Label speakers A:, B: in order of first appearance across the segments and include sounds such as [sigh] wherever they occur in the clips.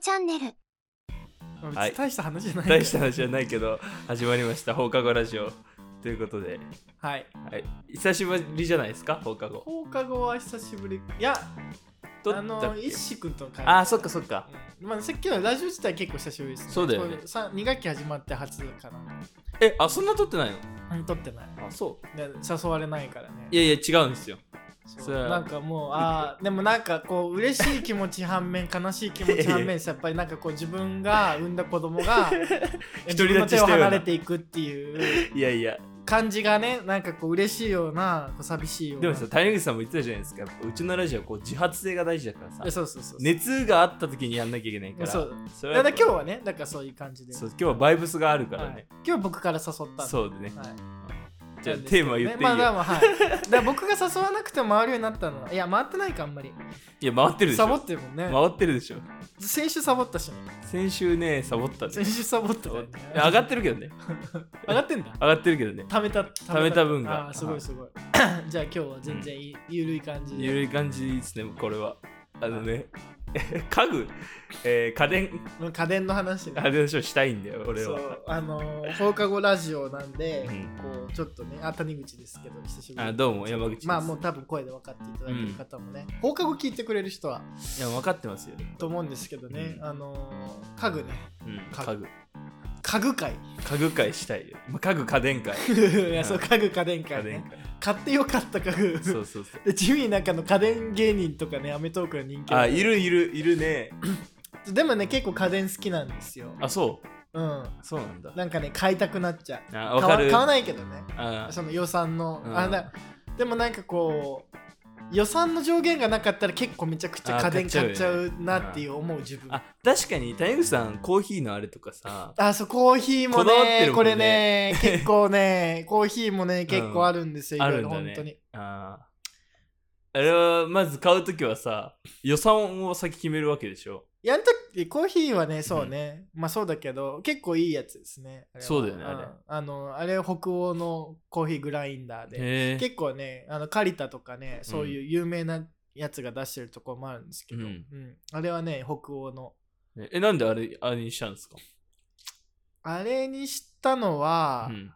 A: チャンネル
B: はい
C: 大した話じ [laughs] ゃない
B: 大した話じゃないけど始まりました放課後ラジオということで、
C: はい
B: はい、久しぶりじゃないですか放課後
C: 放課後は久しぶりいや
B: どっ
C: あ
B: だ
C: の
B: っけ
C: 一志くんとの会
B: あーそっかそっか
C: うんまあ、さっきのラジオ自体結構久しぶりですね
B: そうだよね
C: 2学期始まって初かな
B: えあそんな撮ってないの
C: うん撮ってない
B: あそう
C: で誘われないからね
B: いやいや違うんですよ
C: そう
B: そう
C: なんかもうあーでもなんかこう嬉しい気持ち反面悲しい気持ち反面やっぱりなんかこう自分が産んだ子供
B: [laughs]
C: が
B: 独
C: 自
B: り
C: 分の
B: 立
C: 手
B: ちし
C: を
B: たような
C: 離れていくって [laughs] いう
B: いやいや
C: 感じがねなんかこう嬉しいようなこう寂しいような
B: でもさ谷口さんも言ってたじゃないですかやっぱうちのラジオはこう自発性が大事だからさ
C: えそうそうそうそう
B: 熱があった時にやんなきゃいけないから
C: そう
B: それ
C: だ
B: は
C: から今日はねだからそういう感じで
B: そう今日はバイブスがあるから
C: はい
B: ね、
C: 今日僕から誘ったんで
B: そうでね
C: はい
B: じゃあテーマ言っていい
C: ね
B: よ、
C: まあ、まあはい。だから僕が誘わなくても回るようになったのは。いや、回ってないか、あんまり。
B: いや回ってるでし
C: サボ
B: ょ
C: ってるもんね。
B: 回ってるでしょ
C: 先週サボったしね。
B: 先週ねサボったんで
C: 先週サボってたよね、
B: 上がってるけどね
C: 上がってんだ。
B: 上がってるけどね
C: 貯めた、貯
B: めた分が
C: あーすごいすごい。 [coughs] じゃあ今日は全然いゆるい感じで。
B: ゆるい感じですねこれはあのね [laughs] 家具、えー家電
C: 家電の話
B: あ
C: ね。
B: れでしょしたいんだよ俺
C: そ
B: は
C: うあのー放課後ラジオなんで、
B: うん
C: こうちょっとねあ谷口ですけど久しぶり
B: あどうも山口です
C: まあもう多分声で分かっていただいてる方もね、放課後聞いてくれる人はい
B: や分かってますよ、
C: と思うんですけどね、
B: うん
C: あのー家具ね
B: うん、
C: 家
B: 家具
C: 家具
B: [laughs]
C: 界
B: 家具会したいよ、まあ、家具家電会
C: いやそう家具 [laughs] 家電
B: 家
C: 会、
B: 電
C: ね、
B: 会
C: 買ってよかった家具
B: そうそうそう
C: [laughs] で地味になんかあの家電芸人とかねアメトークの人気
B: あいるいるいるね
C: でもね結構家電好きなんですよ
B: あそう
C: うん
B: そうなんだ
C: なんかね買いたくなっちゃう買
B: あ分か
C: わ
B: る
C: 買わないけどね
B: あ
C: その予算の、
B: うん
C: あだでもなんかこう予算の上限がなかったら結構めちゃくちゃ
B: あ
C: 家電買っ
B: 買っ
C: ち
B: ち
C: ゃ
B: ゃう
C: うなっていう思う自分あ
B: あ確かに谷口さんコーヒーのあれとかさ
C: そうコーヒーも
B: こだわって
C: ね
B: る
C: こ
B: もん
C: れ
B: ね [laughs]
C: ね結構ねコーヒーもね結構あるんですよ、
B: あ
C: いろい
B: るん
C: ろ
B: だ
C: 本
B: ね
C: 当に
B: あーあれはまず買うときはさ予算を先決めるわけでしょ
C: やんときコーヒーはねそうね、まあそうだけど結構いいやつですねあれは
B: そうだよね
C: ん
B: あれ
C: あのあれ北欧のコーヒーグラインダーで
B: へえ
C: 結構ねあのカリタとかねそういう有名なやつが出してるところもあるんですけど、
B: うん
C: うんあれはね北欧の
B: えなんであれあれにしたんですか
C: あれにしたのは、
B: うん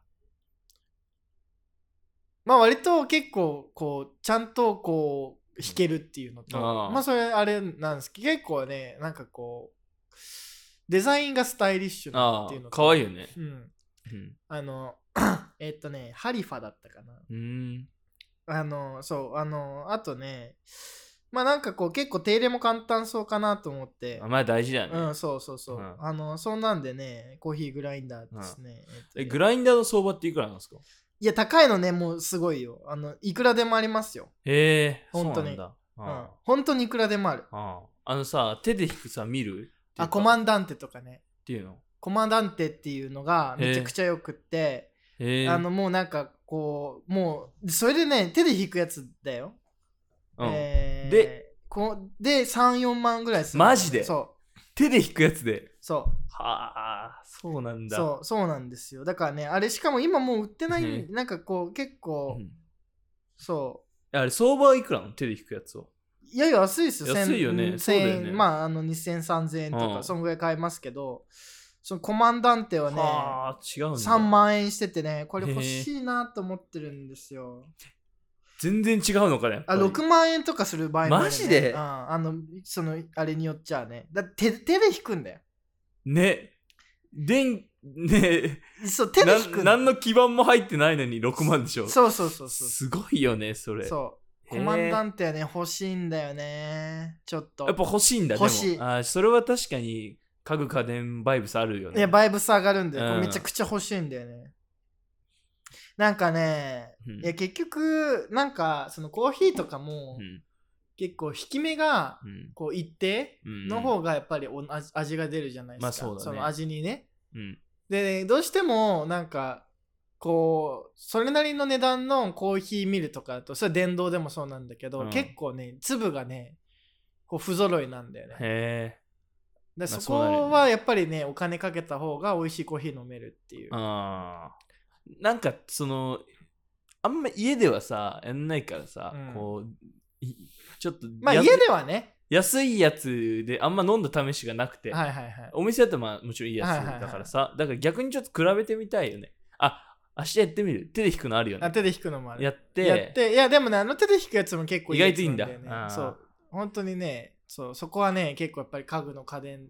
C: まあ割と結構こうちゃんとこう弾けるっていうのと、
B: ああ
C: まあそれあれなんですけど結構ねなんかこうデザインがスタイリッシュな
B: あ
C: っていうの
B: あ
C: と
B: かわいいよね
C: うん
B: うん
C: あの、 [coughs] えっとね、ハリファだったかな。
B: うーん
C: あの、そう、あの、あとね、まあなんかこう結構手入れも簡単そうかなと思って
B: あ、まあ大事だね、
C: うん、そうそうそう、
B: うん
C: あの、そんなんでね、コーヒーグラインダーですね。えっとね
B: えグラインダーの相場っていくらなんですか
C: いや、高いのね、もうすごいよ。あの、いくらでもありますよ。
B: へえ
C: 本当に
B: そうなんだ
C: う
B: あ
C: ん
B: ー、
C: 本当にいくらでもある。
B: あーあのさ手で引くさ見る
C: あ、コマ
B: ンっ
C: ンダンテとかね。
B: ていうの
C: コマンダンテっていうのがめちゃくちゃよくって、
B: へえ
C: あの、もうなんかこう、もう、それでね、手で弾くやつだよ。
B: うん
C: えー
B: で
C: こで34万ぐらいする
B: マジで
C: そ
B: 手で引くやつで
C: うそ
B: はあそうなん
C: う
B: だ
C: そうそうなんですよだからねあれしかも今もう売ってない、
B: へえ
C: なんかこう結構、
B: ん
C: そ
B: あれ相場はいくらなの手で引くやつを
C: ういやいや安いですよ
B: 安いよね
C: 1000
B: そうだよね
C: 1000まああの20003000円とか、
B: うん
C: そんぐらい買えますけどそのコマンダンテはね
B: はあ違うんだ
C: 3万円しててねこれ欲しいなと思ってるんですよ
B: 全然違うのかねやっぱ
C: あ
B: り
C: 6万円とかする場合もある、ね、
B: マジで
C: うん、あのそのあれによっちゃねだって手手で引くんだよ
B: ね電ね
C: そう手で引く
B: な
C: だよ
B: ん何の基盤も入ってないのに6万でしょ
C: そうそうそうそう
B: すごいよねそれ
C: そう。コ
B: へー
C: マンダンテはね、欲しいんだよね。ちょっと。
B: やっぱ欲しいんだ
C: 欲しい
B: でもあーそれは確かに家具家電バイブスあるよね
C: いや、バイブス上がるんだよ。
B: うん
C: めちゃくちゃ欲しいんだよね。なんかね、
B: うん
C: いや、結局、なんか、そのコーヒーとかも
B: う、ん
C: 結構、引き目が、
B: うん
C: こう、一定
B: うん
C: の方がやっぱりお味味が出るじゃないですか。
B: まあそうだね
C: の味にね。
B: うん
C: で、どうしても、なんか、こう、それなりの値段のコーヒーミルとかだと、それは電動でもそうなんだけど、
B: うん
C: 結構ね、粒がね、こう、不揃いなんだよね。
B: へえ
C: で
B: まあ
C: そ
B: そうなるよ
C: こ
B: ね
C: はやっぱりねお金かけた方が美味しいコーヒー飲めるっていう
B: あーなんかそのあんま家ではさやんないからさ、
C: うん
B: こういちょっと
C: まあ
B: や
C: 家ではね
B: 安いやつであんま飲んだ試しがなくて、
C: はいはいはい。
B: お店だとまあもちろんいいやつ
C: はいはいはい
B: だからさ、だから逆にちょっと比べてみたいよねあ足やってみる手で弾くのあるよ
C: あ
B: ね
C: 手で弾くのもある。
B: やって
C: やっていやでもねあの手で弾くやつも結構いいやつなんだよね
B: 意外といいんだあー
C: そう本当にねそうそこはね結構やっぱり家具の家電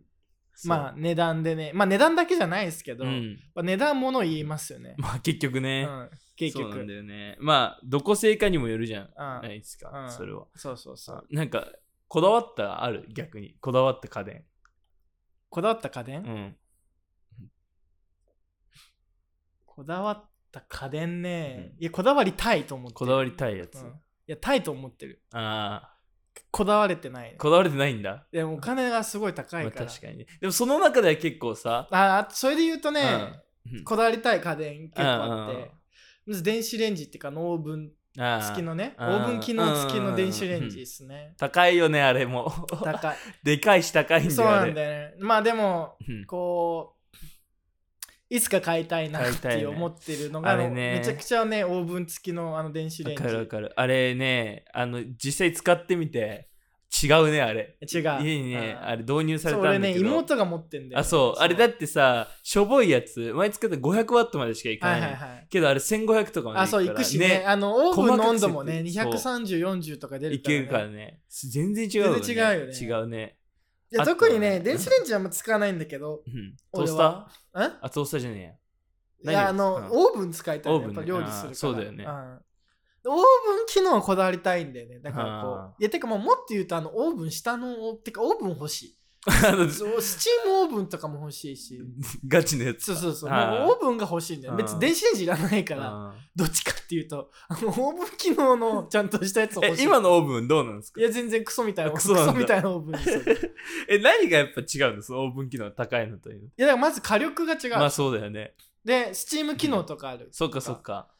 B: そう
C: まあ値段でねまあ値段だけじゃないですけど、
B: うん、
C: まあ値段もの言いますよね、
B: まあ結局
C: う
B: ね、
C: ん、結
B: そう
C: 局
B: なんだよねまあどこ製かにもよるじゃん
C: うん
B: ないですか、
C: うん
B: それは
C: そうそうそう
B: なんかこだわったある逆にこだわった家電
C: こだわった家電、
B: うん
C: こだわった家電ね、いやこだわりたいと思ってる
B: こだわりたいやつ、
C: うんい
B: あ
C: やたいと思ってる
B: あ
C: こだわれてない
B: ーこだわれてないんだ
C: でもお金がすごい高
B: ま
C: い
B: あ
C: から、
B: 確かにねでもその中では結構さ
C: ああそれで言うとね、
B: うん
C: こだわりたい家電結構あって、
B: うんうんうん
C: まず電子レンジっていうかノーブン
B: あー
C: 付きのねオ
B: あ
C: ーブン機能付き
B: うんうんうんう
C: の
B: ん
C: 電子レンジですね
B: 高いよねあれも
C: 高
B: [laughs] でかいし高いん
C: い
B: だ
C: そう
B: よあ
C: な
B: れ
C: んだよねまあでも
B: うん
C: こういつか買いたいな
B: 買い
C: った
B: いね
C: て思ってるのが、
B: あれね
C: めちゃくちゃねオーブン付きのあの電子レ
B: わ
C: ン
B: かるわ
C: ジ
B: かるあれねあの実際使ってみて違うねあれ
C: 違う
B: 家にね
C: うん
B: あれ導入され
C: そ
B: た
C: うん
B: だ
C: 俺
B: けど
C: ね妹が持ってんだよね、
B: あそうあれだってさしょぼいやつ前使った500ワットまでしかいか
C: は
B: ないい、
C: はいはい
B: けどあれ1500とかまで
C: あそう
B: か
C: 行
B: ら
C: くしねあのオーブンの温度もね
B: 細かくついて
C: 23040とか出る
B: い
C: から、ね、
B: けるからね全然違うよね
C: 全然違うよね
B: 違うね
C: いや
B: あと
C: 特にね電子レンジはあんま使わないんだけど
B: うんトー
C: 俺
B: スター
C: はん
B: あトースターじゃね
C: いやあ
B: 何が
C: の、
B: うん
C: オーブン使いたい、ね、
B: オー
C: や
B: ブ
C: っ
B: ン
C: ぱ
B: ね
C: 料理するから
B: あーそうだよね
C: んオーブン機能こだわりたいんだよねだからこ
B: あ
C: ういやてかもうもっと言うとあのオーブン下のオーてかオーブン欲しい
B: えや [laughs] あの
C: そうスチームオーブンとかも欲しい
B: [laughs]
C: し
B: ガチのやつ
C: そうそうそうも
B: あー
C: うオーブンが欲しいんだよ
B: うん
C: 別に電子レンジいらないから
B: あ
C: どっちかっていうとあのオーブン機能のちゃんとしたやつ
B: ー
C: を欲
B: え
C: しい
B: 今のオーブンどうなんですか
C: いや全然クソみたいな
B: あ
C: ク
B: ク
C: ソ
B: ソなんだ
C: みたいなオーブンですよい
B: え何がやっぱ違うんですオーブン機能高いのというの
C: やだからまず火力が違う、
B: まあそうだよね
C: でスチーム機能とかある、
B: そっかそ
C: [coughs]
B: っか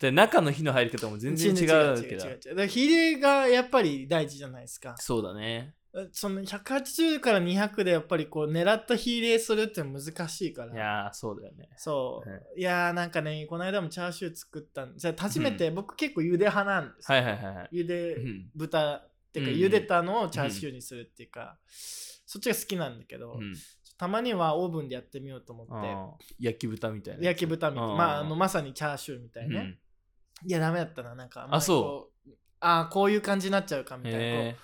B: で中の火の入り方も全然違うわけだ
C: 違う違う違う違うだから比例がやっぱり大事じゃないですか
B: そうだね
C: その180から200でやっぱりこう狙った比例するって難しいから
B: いやーそうだよね
C: そう、、
B: はい
C: やーなんかねこの間もチャーシュー作ったんじゃあ初めて、僕結構茹で派なんですよ、
B: はいはいはいはい
C: 茹で
B: うん
C: 豚っていうか
B: うん
C: 茹でたのをチャーシューにするっていうか、そっちが好きなんだけど、
B: うん
C: たまにはオーブンでやってみようと思っ
B: あー焼き豚みたい
C: て
B: なやつ
C: 焼き豚みたいな、
B: うん
C: まあ、あのまさにチャーシューみたいね、いやダメだったななんかんまり
B: あそ
C: こうあーこういう感じになっちゃうかみ
B: うん
C: たいな、こう
B: へ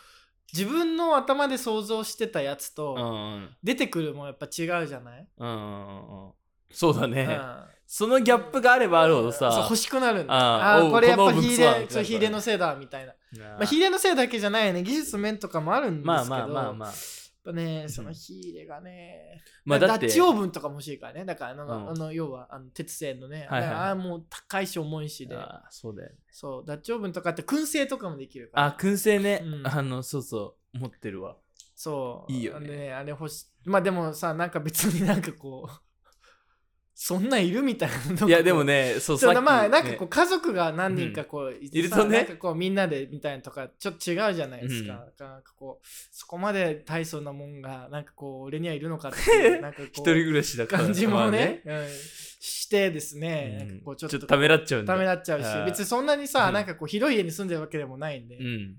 C: 自分の頭で想像してたやつと、
B: ーうん
C: 出てくるもんやっぱ違うじゃない、
B: うんうんうんうんそうだ
C: う
B: ね
C: ん
B: そのギャップがあればあるほど
C: そう
B: さ
C: 欲しくなるんだあ
B: あー
C: あ
B: お
C: ーこれやっ
B: こ
C: ぱ
B: の
C: ヒ
B: 器みたい
C: ー
B: な
C: レそうヒーレのせいだみたいな、
B: ま
C: まあ、ヒーレのせいだけじゃないよね技術面とかもあるんですけど
B: まあまあまあまあ
C: やっぱね
B: ん
C: そのヒーレがね、
B: まあだ
C: ダ
B: って
C: ッチオーブンとかも欲しいからねだからあの、
B: うん
C: あの要はあの鉄製のね、
B: はいはいはい
C: あれあーもう高いし重いしで
B: あーそうだよね
C: そうダッチオーブンとかって燻製とかもできるから
B: あ燻製ね
C: うん
B: あのそうそう持ってるわ
C: そう。
B: いいよね
C: であれ欲しまあでもさ、なんか別になんかこう、そんなんいるみたいな。
B: いやでも
C: ね、
B: ねそう
C: そ
B: さっ
C: う
B: き
C: まあなんか
B: ね
C: こう家族が何人かこう、いて
B: いる
C: さ
B: とね
C: なんかこうみんなでみたいなとかちょっと違うじゃないですか。
B: う
C: だ
B: ん
C: からなんかこう、そこまで大層なもんが、なんかこう、俺にはいるのかって
B: [laughs]
C: いう、なんかこう、
B: 一人暮らしだから
C: 感じ
B: ま
C: も
B: あ
C: ね、うんしてですね、
B: う
C: なん
B: ん
C: かこうち
B: ち
C: ょ
B: ょ
C: っ
B: っ
C: と
B: とためらっちゃうん
C: た
B: だ
C: めらっちゃうし
B: あ、ー
C: 別にそんなにさ、
B: うん
C: なんかこう広い家に住んでるわけでもないんで、
B: うん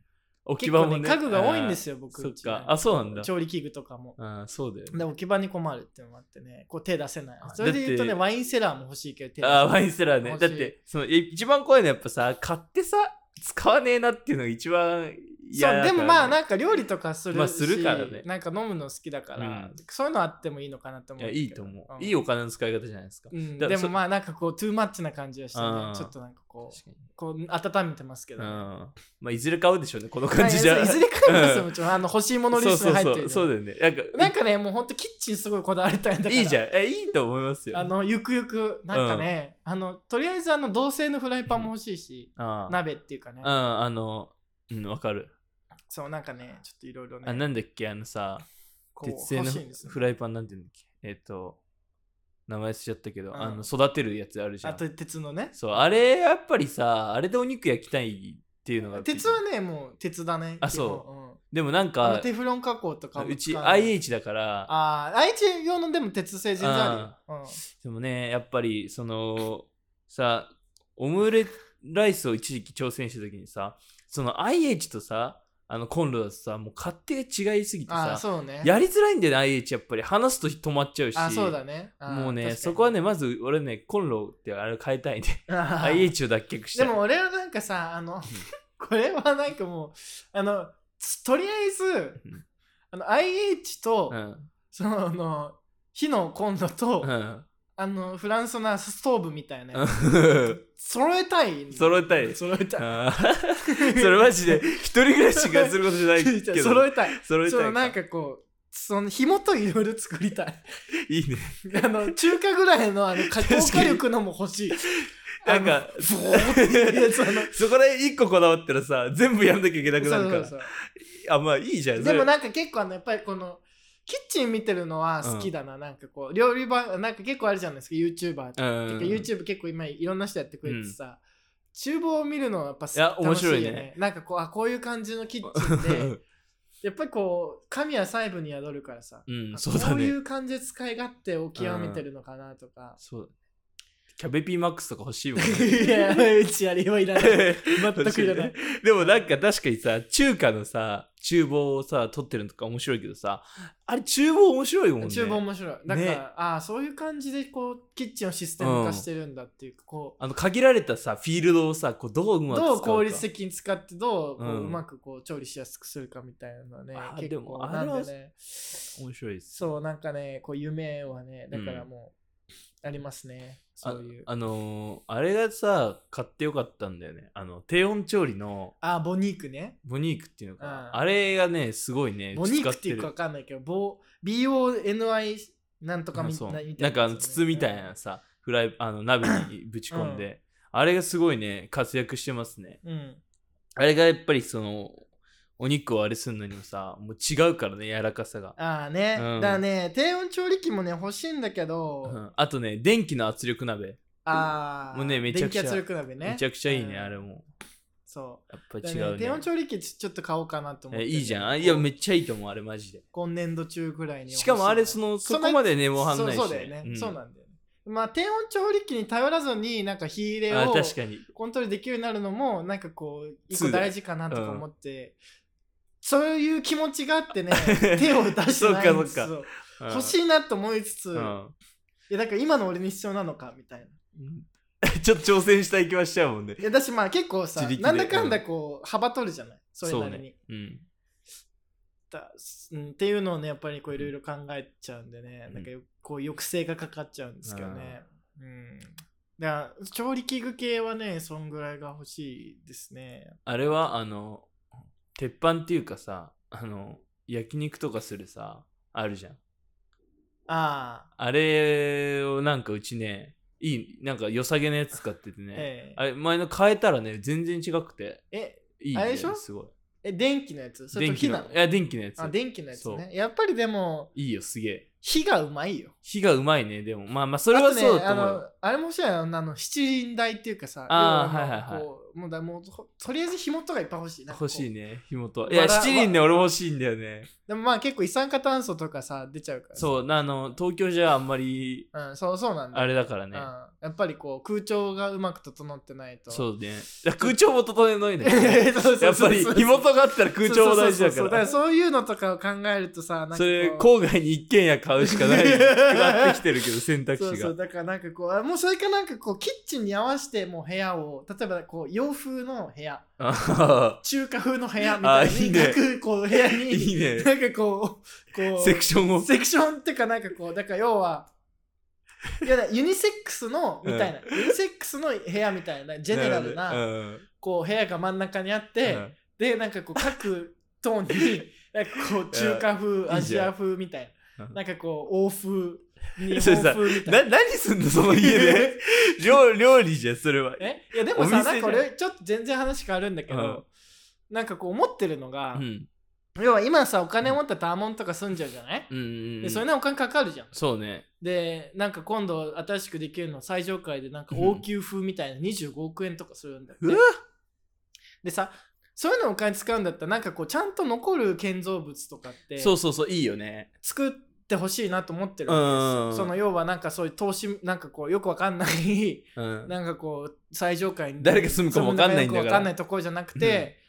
B: 置き
C: 結
B: 場
C: 構
B: も
C: ね
B: ね
C: 家具が多いんです
B: よ
C: よ、僕。
B: そっ
C: うちね
B: かあそうなんだ
C: 調理器具とかも。
B: あーそうだよね
C: で置き場に困るっていうのもあってね、こう手出せない
B: あ。
C: それで言うとね、
B: だって
C: ワインセラーも欲しいけど手出せない
B: あーワインセラーね
C: 欲
B: だっ
C: しい
B: てそのい一番怖いのはやっぱさ買ってさ使わねえなっていうのが一番
C: そう
B: 嫌だから
C: で
B: ね
C: もまあなんか料理とかするし、
B: まあするからね
C: なんか飲むの好きだから、
B: うん
C: そういうのあってもいいのかなと
B: い
C: 思う
B: や
C: んだ
B: い
C: けど。
B: いと思う、
C: ん
B: いいお金の使い方じゃないですか、
C: うん
B: だ
C: でも
B: そ
C: まあなんかこう、トゥーマッチな感じはしてね
B: あー
C: ちょっとなんかこ
B: 確
C: う、
B: かに
C: こう温めてますけ
B: う
C: ど。
B: ん
C: ま
B: まあいずれ買うでしょうねこの
C: あ
B: 感じじゃ
C: いずれ買いますよ、
B: うん
C: もちろん。あの、欲しいものリ
B: そう
C: スト
B: そ
C: に入
B: う
C: っ
B: そ
C: てる
B: う
C: の
B: そうだよねなんか
C: なんかね、もうほんとキッチンすごいこだわりたいんだから。
B: いいじゃ
C: ん。
B: んえいいと思いますよ
C: あの、ゆくゆく、なんかね、あの、とりあえずあの、銅製のフライパンも欲しいし、
B: あー
C: 鍋っていうかね
B: う。んあのうんわかる、
C: そう、なんかね、ちょっといろいろ
B: あ
C: ね、
B: なんだっけあのさ
C: こう
B: 鉄製の
C: 欲しいんですよ
B: フライパンなんていうんだっけえっ、と名前しちゃったけど、
C: うん
B: あの育てるやつあるじゃ
C: あ
B: ん
C: と鉄のね。
B: そうあれやっぱりさあれでお肉焼きたいっていうのが
C: 鉄はね、もう鉄だね。
B: あ
C: 基本。
B: そう
C: ん
B: でもなん
C: あの
B: か
C: テフロン加工とかも
B: うち
C: 使ない
B: IH だから
C: ああ、愛知用のでも鉄製全然あるよ。うん
B: でもねやっぱりそのさオムレライスを一時期挑戦した時にさその IH とさあのコンロだとさもう勝手が違いすぎて
C: ああ
B: さ
C: そうね
B: やりづらいんだよね IH やっぱり話すと止まっちゃうし
C: あそうだねあ確
B: もう
C: か
B: ね
C: に
B: そこ
C: [laughs]
B: はねまず俺ねコンロってあれ変えたいね
C: ああ
B: IH を脱却した
C: で
B: い
C: も俺はなんかさあの [laughs] これはなんかもうあのつとりあえず
B: うん
C: あの IH と、
B: うん
C: そのあの火のコンロと、 [laughs]
B: うん
C: あのフランスのストーブみたいなやつ
B: うん
C: 揃えたい
B: 揃えたい
C: 揃えたい
B: あー [laughs] それ
C: [laughs]
B: マジで一人暮らしがすることじゃないけど
C: 揃えたい
B: 揃え
C: そ
B: た
C: の
B: い
C: なんかこうその紐といろいろ作りたい [laughs]
B: いいね
C: あの中華ぐらいのあの加工火力のも欲しい
B: [laughs] なんか
C: あのボーっていうやつあの
B: [laughs] そこで一個こだわったらさ全部やんなきゃいけなくなるか
C: そ
B: ら
C: うそう
B: あまあいいじゃ
C: そ
B: ん
C: う
B: そ
C: で
B: れ
C: もなんか結構あのやっぱりこのキッチン見てるのは好きだな、なんかこう料理番なんか結構あるじゃないですか YouTuber って、
B: うん
C: てか YouTube 結構今いろんな人やってくれてさ、厨房を見るのはやっぱす
B: いや面白いね
C: 楽しなんかこうあこういう感じのキッチン
B: [laughs]
C: でやっぱりこう神は細部に宿るからさ
B: うん
C: あ
B: そうだ
C: こうい
B: ね
C: う感じで使い勝手を極めてるのかなとか。
B: そうだねキャベピーマックスとか欲しいもんね
C: いや、うちあれはいらない。全くいらない。
B: [laughs] でもなんか確かにさ中華のさ厨房をさ撮ってるのとか面白いけどさあれ厨房面白いもんね
C: 厨房面白い。だから、
B: ね
C: ああ、そういう感じでこう、キッチンをシステム化してるんだっていうか、こ
B: あの限られたさフィールドをさこうどうう
C: う、
B: まく使うか
C: どう効率的に使って、どうこう,、
B: う
C: うんまくこう調理しやすくするかみたいなのはね
B: あ、ーで
C: 結
B: も
C: 構
B: あ
C: な
B: れは
C: んでね。
B: 面白いです
C: そう、なんかね、こう、夢はね、だから
B: うん
C: もう、ありますね。そういう。
B: ああのーあれがさ買ってよかったんだよねあの低温調理の
C: ああ、ボニークね。
B: ボニークっていうのか、
C: うん
B: あれがねすごいね
C: ボニークっていうか
B: 使
C: わかんないけど、ボ BONI なんとか
B: あ
C: み
B: そう
C: たい
B: なんかあの筒みたいなさ、フライあの鍋
C: [laughs]
B: にぶち込んで、あれがすごいね活躍してますね
C: うん。
B: あれがやっぱりそのお肉をあれするのにもさもう違うからね柔らかさが、
C: ああね、
B: うん
C: だからね低温調理器もね欲しいんだけど、
B: うんあとね電気の圧力鍋、
C: ああ
B: もうねめちゃくちゃ
C: 電気圧力鍋ね
B: めちゃくちゃいいね、
C: うん
B: あれも
C: そ
B: やっぱ
C: うだ
B: 違
C: から
B: う
C: ね
B: ね
C: 低温調理器ちちょっと買おうかなと思っ
B: え
C: て、
B: いいじゃんあいやめ
C: っちゃ
B: っちゃいいと思うあれマジで
C: 今年度中ぐらいに
B: しかもあれそ
C: の
B: の
C: そ
B: そ
C: んな
B: こまでねもはんないし、
C: そうそうだよね、
B: ん
C: そうなんだよねまあ低温調理器に頼らずになんか火入れ
B: あ
C: を
B: 確かに
C: コントロールできるようになるのもなんかこう一
B: そ
C: 個
B: うだよ
C: 大事かなとか思って、そういう気持ちがあって
B: [laughs]
C: ね手を出して
B: そう
C: な
B: か
C: いんです
B: そうか
C: よ欲しいなと思いつつ、
B: いうん [laughs]
C: いやだから今の俺に必要なのかみたいな
B: うんちょっと挑戦したい気はしちゃうもんね
C: いやだしまあ結構さ
B: 自力で
C: なんだかんだこう、幅取るじゃないそれなりに、
B: うん
C: だうん、っていうのをねやっぱりこういろいろ考えちゃうんでね、
B: うん
C: なんかよこう抑制がかかっちゃうんですけどねうんだから調理器具系はねそんぐらいが欲しいですね
B: あれはあの鉄板っていうかさあの焼肉とかするさあるじゃん
C: ああ
B: あれをなんかうちねいいなんか良さげなやつ使っててね、
C: ええ
B: あれ前の変えたらね全然違くて
C: え
B: いい、ね、
C: あれでしょ
B: すごい
C: え電気のやつそれと
B: 電気
C: 火な
B: の
C: の
B: いや電気のやつ
C: あ電気のやつ
B: そう
C: ねやっぱりでも
B: いいよすげえ
C: 火がうまいよ
B: 火がうまいねでもまあまあそ
C: そ
B: れはそうだ
C: あ
B: と思う
C: の
B: よ
C: あれもしあのあの七輪台っていうかさ
B: あー
C: 要
B: はいはいはい
C: こうもうだもうほとりあえず紐とかいっぱい欲しいなんかこう
B: 欲しいね紐と
C: わ
B: い
C: ら
B: や七輪ね俺も欲しいんだよね
C: でもまあ結構一酸化炭素とかさ出ちゃうからう,、
B: そうなあの東京じゃあんまり
C: うん、そうそうなんだ
B: あ
C: れ
B: れだから
C: うん、
B: ね、
C: やっぱりこう空調がうまく整ってないとう
B: そうね。だから空調も整えないね。
C: [laughs] そう
B: や
C: そう
B: っぱ
C: そう
B: り、紐とがあったら空調も
C: そうそうそう
B: 大事だ
C: そう
B: か。
C: だかららそういうのとかを考えるとさなんかこう
B: それ、郊外に一軒家買うしかない。決まってきてるけど、選択
C: そう
B: 肢
C: そ
B: が
C: う。だからなんかこうあもうそれかなんかこうキッチンに合わせてもう部屋を例えばこう洋風の部屋
B: あは
C: 中華風の部屋みたい
B: あいい
C: に
B: ね
C: なんかこう部屋
B: は
C: に
B: いいね。
C: なんかこうこう
B: セクションを。
C: セクションっていうかなんかこうだから要はいやだユニセックスのみたいな、ユニセックスの部屋みたいなジェネラルな
B: るほどね
C: こう部屋が真ん中にあっ
B: うん
C: て、でなんかこう各トーンに
B: [laughs]
C: なんかこう中華風
B: い
C: ア
B: いじ
C: ジ
B: ゃん
C: ア風みたいな
B: うん
C: なんかこう欧風日
B: [laughs] それ
C: 本
B: さ
C: 風みたいな
B: な、何すんのその家
C: [laughs]
B: で。料料理じゃん、それは。
C: えいやでも
B: お
C: さ
B: 店
C: なんか
B: じゃん
C: 俺ちょっと全然話変わるんだけど、
B: うん
C: なんかこう思ってるのが、
B: うん。
C: 要は今さお金持ったターモンとか住んじゃうじゃない、
B: うんうんう
C: で
B: ん。
C: それなお金かかるじゃん
B: そうね。
C: でなんか今度新しくできるの最上階でなんか王宮風みたいな25億円とかするんだよ、ね
B: うわ
C: でさそういうのお金使うんだったらなんかこうちゃんと残る建造物とかって
B: そうそうそう、いいよね。
C: 作ってほしいなと思ってる
B: う
C: わけ
B: ん。
C: その要はなんかそういう投資なんかこうよくわかんない
B: うん。 [laughs]
C: なんかこう最上階に
B: 誰が住むかもわかんないん
C: 住
B: だから
C: むのよくわかんないところじゃなくて、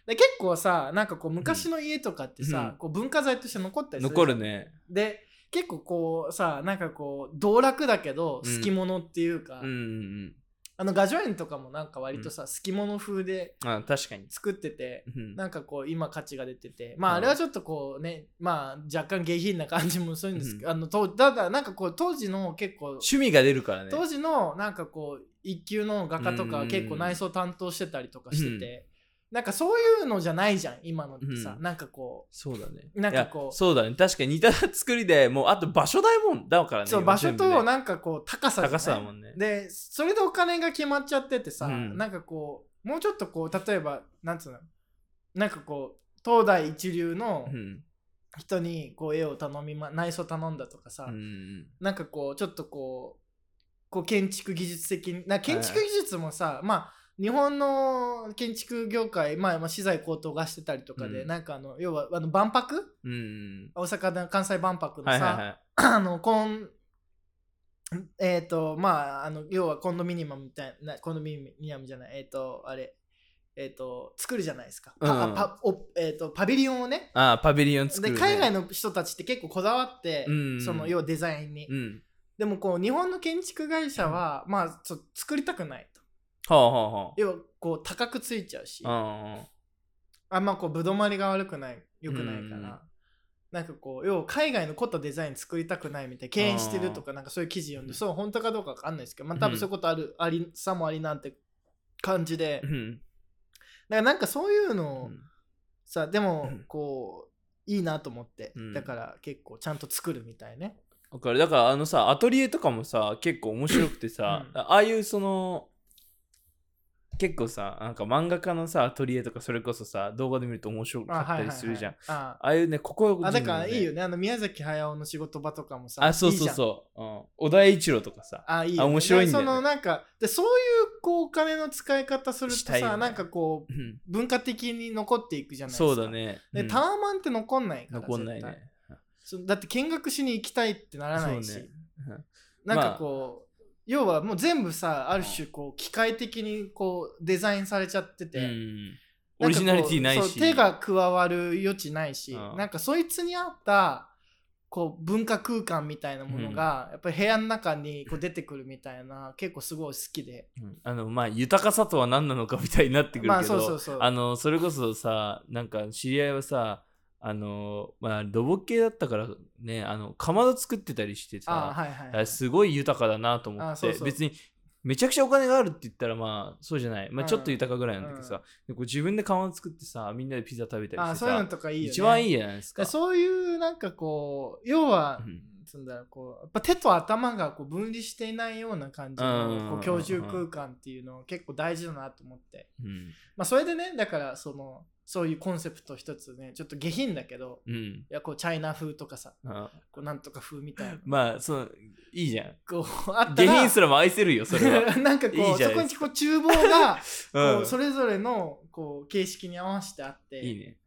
C: で結構さなんかこう昔の家とかってさ、
B: うん
C: こう文化財として残ったりするじゃ
B: 残
C: ん
B: るね。
C: で結構こうさなんかこう道楽だけど
B: うん
C: 好き者っていうか、
B: うんうん
C: あの画序園とかもなんか割とさ、好き者風で
B: うん。あ確かに。
C: 作ってて
B: うん
C: なんかこう今価値が出ててま
B: う
C: あ
B: ん
C: あれはちょっとこうねまあ若干下品な感じもするんですけど、あのとただなんかこう当時の結構
B: 趣味が出るからね。
C: 当時のなんかこう一級の画家とかは結構内装担当してたりとかしてて、なんかそういうのじゃないじゃん今のってさ、
B: う
C: なんかこ
B: そうだね。
C: なんかこう
B: いやそうだね。確かに似た作りでもうあと場所代もんだから
C: う
B: ね。
C: そう
B: 今
C: 場所
B: 全部ね
C: となんかこう高さじゃない
B: 高さだもんね。
C: でそれでお金が決まっちゃっててさ、
B: うん
C: なんかこうもうちょっとこう例えばなんつうのなんかこう東大一流の
B: うん
C: 人にこう絵を頼み、ま、内装頼んだとかさ、
B: うんうん
C: なんかこうちょっとこうこう建築技術的にな建築技術もさ、まあ日本の建築業界、まあ、まあ資材高騰がしてたりとかで、
B: うん
C: なんかあの要はあの万博
B: うんうん。
C: 大阪の関西万博のさ、
B: はいはいはい。
C: あのコンえっ、とまああの要はコンドミニアムみたいなコンドミニアムじゃないえっ、とあれえっ、と作るじゃないですか、パ
B: うん
C: パおえー、とパビリオンをね
B: ああ、パビリオン作る、
C: で
B: ね。
C: 海外の人たちって結構こだわって、
B: うん
C: その要はデザインに、
B: うん。
C: でもこう日本の建築会社は、まあちょ作りたくないと
B: はあはあは
C: 要はこう高くついちゃうし、
B: あ。うんうん
C: あんまこうぶどまりが悪くない良くないから、
B: うん
C: なんかこう要は海外の凝ったデザイン作りたくないみたいな敬遠してるとかなんかそういう記事読んで、
B: うん
C: そう本当かどうかわかんないですけどまあ多分そういうことある、ありさもありなんて感じで、
B: う
C: だか
B: ん。
C: らなんかそういう
B: う
C: のを
B: ん
C: さでも
B: うん
C: こういいなと思って、
B: うん
C: だから結構ちゃんと作るみたいね、
B: わかるだからあのさアトリエとかもさ結構面白くてさ、
C: うん
B: ああいうその結構さなんか漫画家のさアトリエとかそれこそさ動画で見ると面白かったりするじゃんあ,、
C: あ
B: あいうねここ
C: あだからいいよ
B: ね
C: ねあの宮崎駿の仕事場とかもさ
B: あそうそう
C: う
B: そううん小田栄一郎とかさ
C: あいいよね、
B: あ面白いんだよね
C: そのなんかでそういうこうお金の使い方すると
B: し
C: さ、
B: たいよね
C: なんかこう
B: うん
C: 文化的に残っていくじゃないですか。
B: そうだね
C: で、
B: うん
C: タワマンって残んないから
B: 残んない
C: 絶
B: ね
C: 対そうだって見学しに行きたいってならないし、
B: そうねうん
C: [laughs] なんかこう、要はもう全部さある種こう機械的にこうデザインされちゃってて、
B: う
C: なんか
B: ん
C: こう
B: オリジナリティない
C: そう
B: し
C: 手が加わる余地ないし、
B: うん
C: なんかそいつに合ったこう文化空間みたいなものが、やっぱり部屋の中にこう出てくるみたいな結構すごい好きで、
B: うんあのまあ豊かさとは何なのかみたいになってくるけど、
C: まあそうそうそう
B: あのそれこそさなんか知り合いはさあのまあ土木系だったからねあのかまど作ってたりして
C: あ
B: さ、
C: はいはいはい、
B: あすごい豊かだなと思って
C: あそうそう
B: 別にめちゃくちゃお金があるって言ったらまあそうじゃない、まあ、
C: うん
B: ちょっと豊かぐらいなんだけどさ、でこう自分でかまど作ってさみんなでピザ食べたりし
C: あ
B: て
C: そういう
B: さ
C: のとかいいよね。
B: 一番いいじゃないです
C: だから
B: か。
C: そういうなんかこう要は、
B: うん
C: つんだろうこうやっぱ手と頭がこう分離していないような感じ
B: うんうんうん
C: の
B: うん
C: こう居住空間っていうのは結構大事だなと思って、
B: うん
C: まあ、それでねだからそのそういうコンセプト一つねちょっと下品だけど
B: うん
C: いやこうチャイナ風とかさ
B: あ
C: こうなんとか風みたいな
B: まあそういいじゃん
C: こうあった
B: 下
C: ら
B: 品すらも愛せるよそ
C: [laughs]
B: れは、
C: なんかこう
B: いいじゃ
C: そ
B: ない
C: こ
B: で
C: に
B: す
C: こう厨房が
B: うん
C: こうそれぞれのこう形式に合わせてあって
B: いいね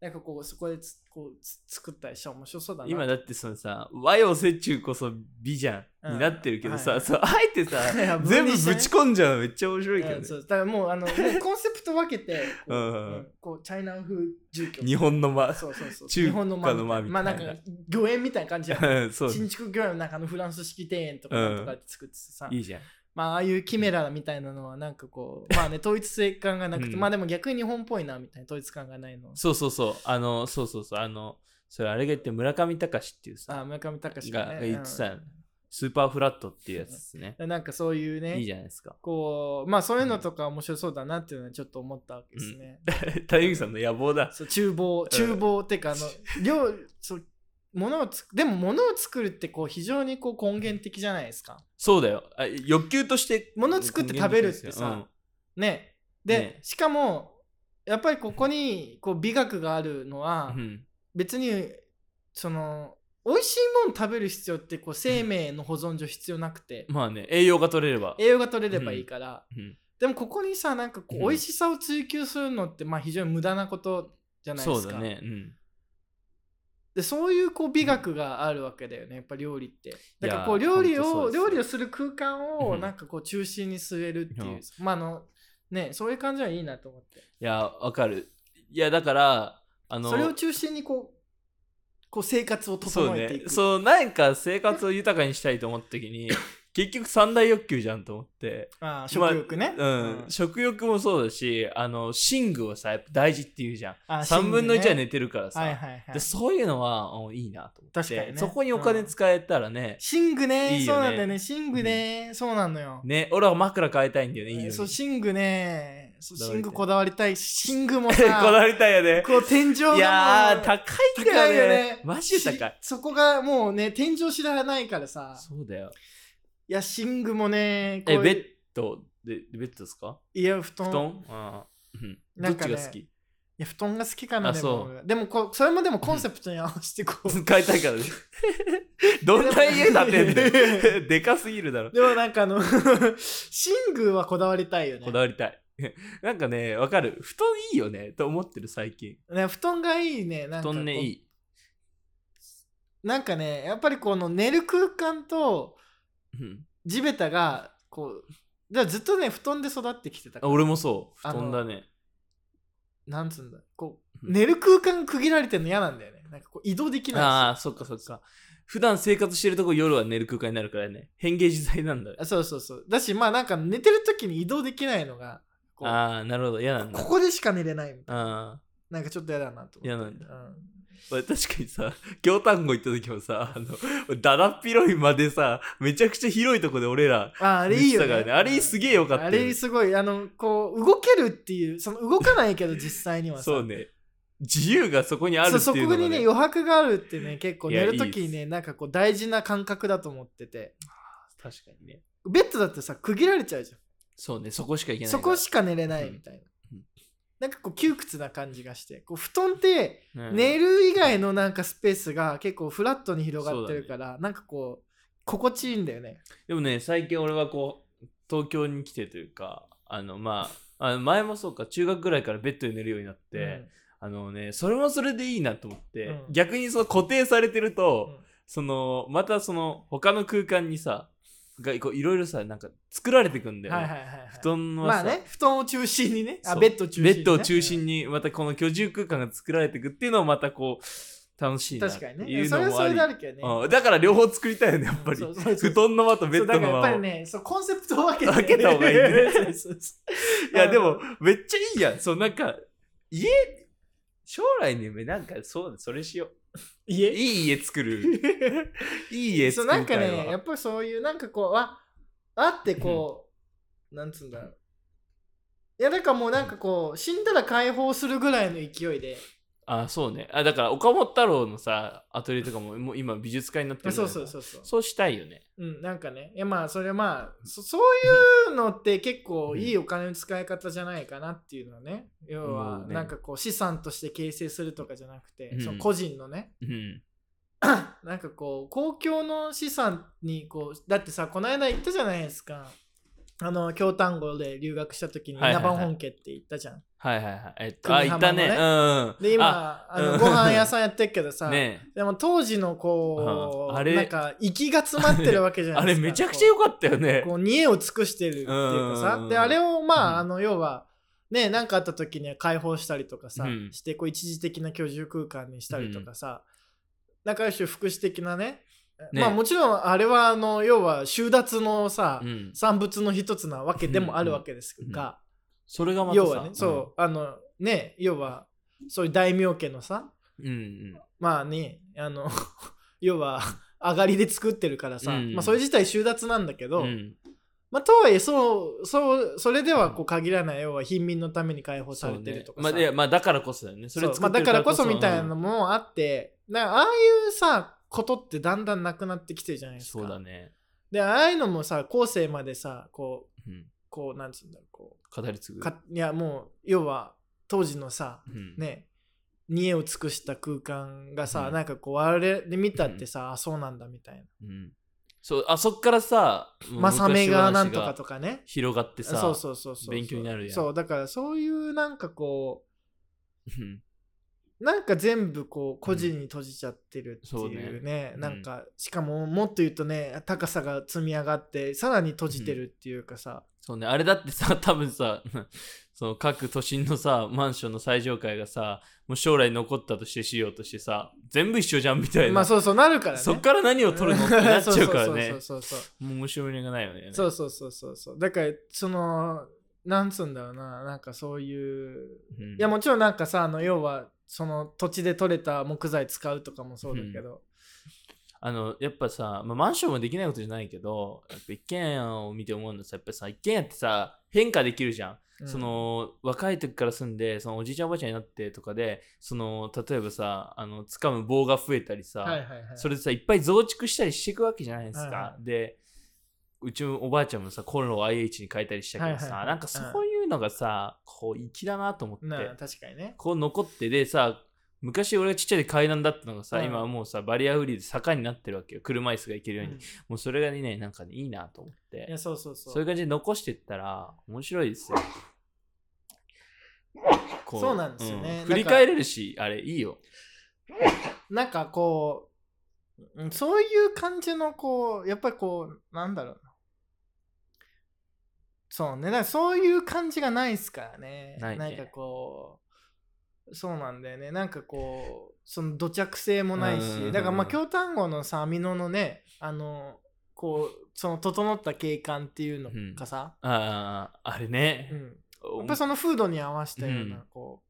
C: なんかこうそこでつこうつ作ったりしたら面白そうだな
B: 今だってそのさ和洋折衷こそ美じゃん、
C: うん
B: になってるけどさ、
C: はい
B: そうあえてさ
C: いや
B: 全
C: 分離
B: 部ぶ
C: してね
B: ち込んじゃうのめっちゃ面白いけど
C: うん
B: ね
C: そうだからもうあの
B: [laughs]
C: もうコンセプト分けてこう,、
B: うんうんう
C: う
B: ん
C: んこうチャイナ風住居
B: 日本の間
C: そうそうそう
B: 中華
C: 日本の間
B: の間みたいな
C: まあなんか御苑みたいな感じや
B: [laughs] そう
C: 新築御苑の中のフランス式庭園とか
B: うん
C: とかって作ってさ、
B: いいじゃん
C: まあああいうキメラみたいなのはなんかこうまあね統一性感がなくて、
B: うん
C: まあでも逆に日本っぽいなみたいな統一感がないの
B: そうそうそうあのそうそうそうあのそれあれが言って村上隆っていう
C: あ
B: さ
C: 村上隆
B: が
C: が,、ね、
B: が言って
C: う
B: た、
C: ん
B: スーパーフラットっていうやつですね
C: でなんかそういうね
B: いいじゃないで
C: [laughs]
B: すか
C: こうまあそういうのとか面白そうだなっていうのはちょっと思ったわけですね、
B: 谷口さんの野望だ
C: そう厨房厨房ってかあの料そう物をつくでも物を作るってこう非常にこう根源的じゃないですか
B: そうだよあ欲求として
C: 物作って食べるって
B: うん
C: さねで
B: ね
C: しかもやっぱりここにこう美学があるのは
B: うん
C: 別にその美味しいもの食べる必要ってこう生命の保存上必要なくて
B: まあね栄養が取れれば、
C: 栄養が取れればいいから
B: うん
C: でもここにさなんかこう
B: うん
C: 美味しさを追求するのってまあ非常に無駄なことじゃないで
B: そう
C: すか
B: だねうん
C: でそういうこう美学があるわけだよねやっぱ料理ってだからこう
B: いやー
C: 料理を
B: ほんとそうですよ
C: 料理をする空間を
B: うん
C: なんかこう中心に据えるっていう、
B: いや
C: まああのねそういう感じはいいなと思って
B: いや、わかる。いやだからあの
C: それを中心にこうこう生活を
B: そう
C: 整えてい
B: ね
C: く
B: そうなんか生活を豊かにしたいと思った
C: [coughs]
B: 時に結局三大欲求じゃんと思って、
C: ああ食欲ね、
B: うん食欲もそうだしあの寝具はさやっぱ大事っていうじゃん
C: あ
B: 3分の1は寝ててるからさ、
C: はいはいはい
B: でそういうのはおいいなと思って
C: 確かにね
B: そこにお金使えたらね、
C: 寝具ね
B: いいよ
C: そ
B: ね
C: うなんだよね寝具ね、そうなのよ、
B: ね俺は枕変えたいんだよねいいように [laughs]
C: そう寝具ねそう
B: こだわりたい
C: 寝具こだわりたい寝具も
B: [laughs] こだ
C: さ
B: わりたいよね
C: こう天井がもう
B: いやー高いんだよね
C: 高いよね
B: マジで高い
C: しそこがもうね天井知らないからさ
B: そうだよ
C: いや寝具もねこうい
B: え
C: う
B: ベッドでベッドですか
C: いや布団
B: 布団あーうん
C: な
B: ど
C: ん
B: っ
C: か
B: ち
C: ね
B: が好き [laughs]
C: いや布団が好きかな
B: あ
C: で
B: そう
C: も俺でもこうそれもでもコンセプトに合わせてこう [laughs]
B: 変えたいから [laughs] ねどんな家建てんだ [laughs] よでかすぎるだろ
C: でもなんかあの [laughs] 寝具はこだわりたいよね
B: こだわりたい [laughs] なんかねわかる布団いいよねと思ってる最近
C: ね布団がいいねなんか
B: 布
C: こう
B: 団ねいい
C: なんかねやっぱりこの寝る空間と
B: うん
C: 地べたがこうだからずっとね布団で育ってきてた
B: あ
C: から
B: 俺もそう布
C: あの
B: 団だね
C: なんつうんだこう
B: うん
C: 寝る空間区切られてるの嫌なんだよねなんかこう移動できないし
B: ああそっかそっか普段生活してるとこ夜は寝る空間になるからね変形自在なんだよ
C: あそうそうそうだしまあなんか寝てる時に移動できないのがこう
B: ああなるほど嫌なんだ
C: ここでしか寝れないみたい
B: ああ
C: ななんかちょっと嫌だなと思って
B: 嫌なんだ
C: うん
B: 俺確かにさ京丹後行った時もさあの俺だだっ広いまでさめちゃくちゃ広いとこで俺ら
C: ああれいいよ、
B: 言っ
C: ね
B: てたからねあれすげえよかったよ
C: あ
B: ね
C: れすごいあのこう動けるっていうその動かないけど実際にはさ
B: [laughs] そうね自由がそこにある
C: そう
B: って
C: そこ
B: いうのが、
C: にね
B: ね、
C: 余白があるってね結構
B: い
C: 寝
B: や
C: る時にねなんかこう大事な感覚だと思ってて
B: 確かにね
C: ベッドだってさ区切られちゃうじ
B: そうねそこしか行け
C: ゃん
B: ない
C: そこしか寝れないみたいな、
B: うん
C: なんかこう窮屈な感じがしてこう布団って
B: か
C: 寝る以外のなんかスペースが結構フラットに広がってるから、なんかこう心地いいんだよね
B: でもね最近俺はこう東京に来てというかあのまああの前もそうか中学ぐらいからベッドで寝るようになって、あのねそれもそれでいいなと思って、
C: うん
B: 逆にその固定されてると、
C: うん
B: そのまたその他の空間にさがこういろいろさなんか作られてくん
C: う
B: だ
C: ん
B: よね、
C: はいはいはいはい
B: 布団は
C: ま
B: さ、
C: あね布団を中心にねあ
B: そう
C: ベッドを中心に、
B: ベ
C: ね、
B: ッドを中心にまたこの居住空間が作られていくっていうのをまたこう楽しいなっ
C: 確
B: て
C: かにね
B: いう
C: そ
B: の
C: れは
B: も
C: そ
B: あ
C: れ
B: り
C: であるけどね
B: うんだから両方作りたいよねやっぱり
C: そうそうそう
B: 布団の間とベ
C: そ
B: ッ
C: うだ
B: ド
C: からや
B: の
C: っぱ
B: 間
C: り
B: を
C: ねそうコンセプトを分けて
B: 分けた方がいいね
C: [laughs] そうそうそう
B: いやでもめっちゃいいやんそうなんか家将来の夢なんかそうだそれしよ
C: いうえ
B: いい家作
C: [laughs]
B: るいい家
C: そう
B: 作
C: なん
B: り
C: か
B: たい
C: ねや
B: わ
C: っぱりそういうなんかこうああってこう、なんつうんだろういやだからもうなんかこう死んだら解放するぐらいの勢いで、
B: あそうねあだから岡本太郎のさアトリエとかももう今美術家になって
C: あ
B: るじゃ
C: そ
B: な
C: う
B: い
C: そうそうそう
B: そうしたいよね
C: うんなんかねいやまあそれはまあそそういうのって結構いいお金の使い方じゃないかなっていうのはね要
B: も
C: は
B: うね
C: なんかこう資産として形成するとかじゃなくて、
B: うん
C: その個人のね
B: うん
C: なんかこう公共の資産にこうだってさこの間言ったじゃないですかあの京丹後で留学した時に
B: はいはい
C: 稲
B: はい
C: 葉本家って言ったじゃん、
B: はいはいはいえっとあ
C: 久
B: 行
C: 美
B: った
C: 浜の
B: ね
C: ね
B: うん
C: で今あ
B: うん
C: のご飯屋さんやってるけど
B: あ
C: さ、
B: [laughs] ね
C: でも当時のこ
B: う
C: うん
B: [laughs] あれ
C: なんか息が詰まってるわけじゃな
B: [laughs] あ
C: いで
B: れ
C: すか
B: めちゃくちゃ良かったよね
C: [laughs] こう煮えを尽くしてるっていうかさ、
B: うん
C: であれをまああ
B: うん
C: の要はね何かあった時には解放したりとかさ、
B: うん
C: してこう一時的な居住空間にしたりとかさ、なんかある種福祉的なね
B: ね
C: まあもちろんあれはあの要は収奪のさ、
B: うん
C: 産物の一つなわけでもあるわけですが、
B: それがまたさ
C: 要はね、そうあのね要はそういう大名家のさ
B: うんうん
C: まあねあの [laughs] 要は上がりで作ってるからさ、
B: うん
C: まあ、それ自体収奪なんだけ
B: う
C: ど、
B: んうん
C: まあ、とはいえそうそうそれではこう限らない要は貧民のために解放さ
B: そ
C: れ
B: う
C: て
B: ね
C: るとか
B: ま
C: さ
B: あいやまあだからこそだよねそれ
C: そうまあ
B: 作って
C: だ
B: る
C: からこそみたいな
B: うん
C: のもあってだからああいうさことってだんだんなくなってきてるじゃないですか
B: そうだね、
C: でああいうのもさ後世までさこう
B: うん、
C: こうなんつうんだろうこ
B: 語り継
C: う
B: ぐ
C: かいやもう要は当時のさ
B: うん
C: ね煮えを尽くした空間がさ、
B: うん
C: なんかこう我々で見たってさ、あそうなんだみたいな、
B: うん、そうあそっからさ
C: まあサメがなんと
B: 昔話
C: か
B: が
C: とかね
B: 広がってさ
C: そうそうそうそう
B: 勉強になるやん
C: そうだからそういうなんかこ
B: うん
C: うなんか全部こう個人に閉じちゃってるって
B: そう
C: いうね,、
B: ね
C: なんかしかももっと言うとね高さが積み上がってさらに閉じてるっていうかさ、
B: そうね、あれだってさ、 [laughs] 多分さ、その各都心のさ、マンションの最上階がさ、もう将来残ったとしてしようとしてさ、全部一緒じゃんみたいな。
C: まあそうそうなるからね。
B: そっから何を取るのってなっちゃうからね
C: そうそうそうそう
B: もう面白みがないよね。
C: そうそうそうそうそうだからそのなんつうんだろうななんかそういう
B: うん
C: いやもちろんなんかさあの要はその土地で取れた木材使うとかもそうだけど、
B: あのやっぱさ、まあ、マンションもできないことじゃないけどやっぱ一軒家を見て思うのはさやっぱさ一軒家ってさ変化できるじゃん、
C: うん
B: その若い時から住んでそのおじいちゃんおばあちゃんになってとかでその例えばさあの掴む棒が増えたりさ、
C: はいはいはい
B: それでさいっぱい増築したりしていくわけじゃないですか、
C: はいは
B: でうちのおばあちゃんもさコンロを IH に変えたりしたけどさ、
C: はいはいはい
B: なんかそういうのがさ、こう粋だなと思って、
C: なあ確かにね
B: こう残ってでさ昔俺がちっちゃい時階段だったのがさ、
C: うん
B: 今はもうさバリアフリーで坂になってるわけよ車椅子が行けるように、
C: うん
B: もうそれがねなんかねいいなと思って
C: いやそうそうそう
B: そういう感じで残してったら面白
C: [laughs]
B: いですよこ
C: そうなんですよねなんか
B: 振り返れるしあれいいよ
C: なんかこううんそういう感じのこうやっぱりこうなんだろうなそうねだからそういう感じがないですからね
B: ないね
C: んかこうそうなんだよねなんかこうその土着性もない
B: うんうんうんう
C: し
B: ん
C: だからまあ京丹後のさ網野のねあのこうその整った景観っていうのがさ、
B: あああれね
C: う、んやっぱりその風土に合わせたような
B: うん
C: こ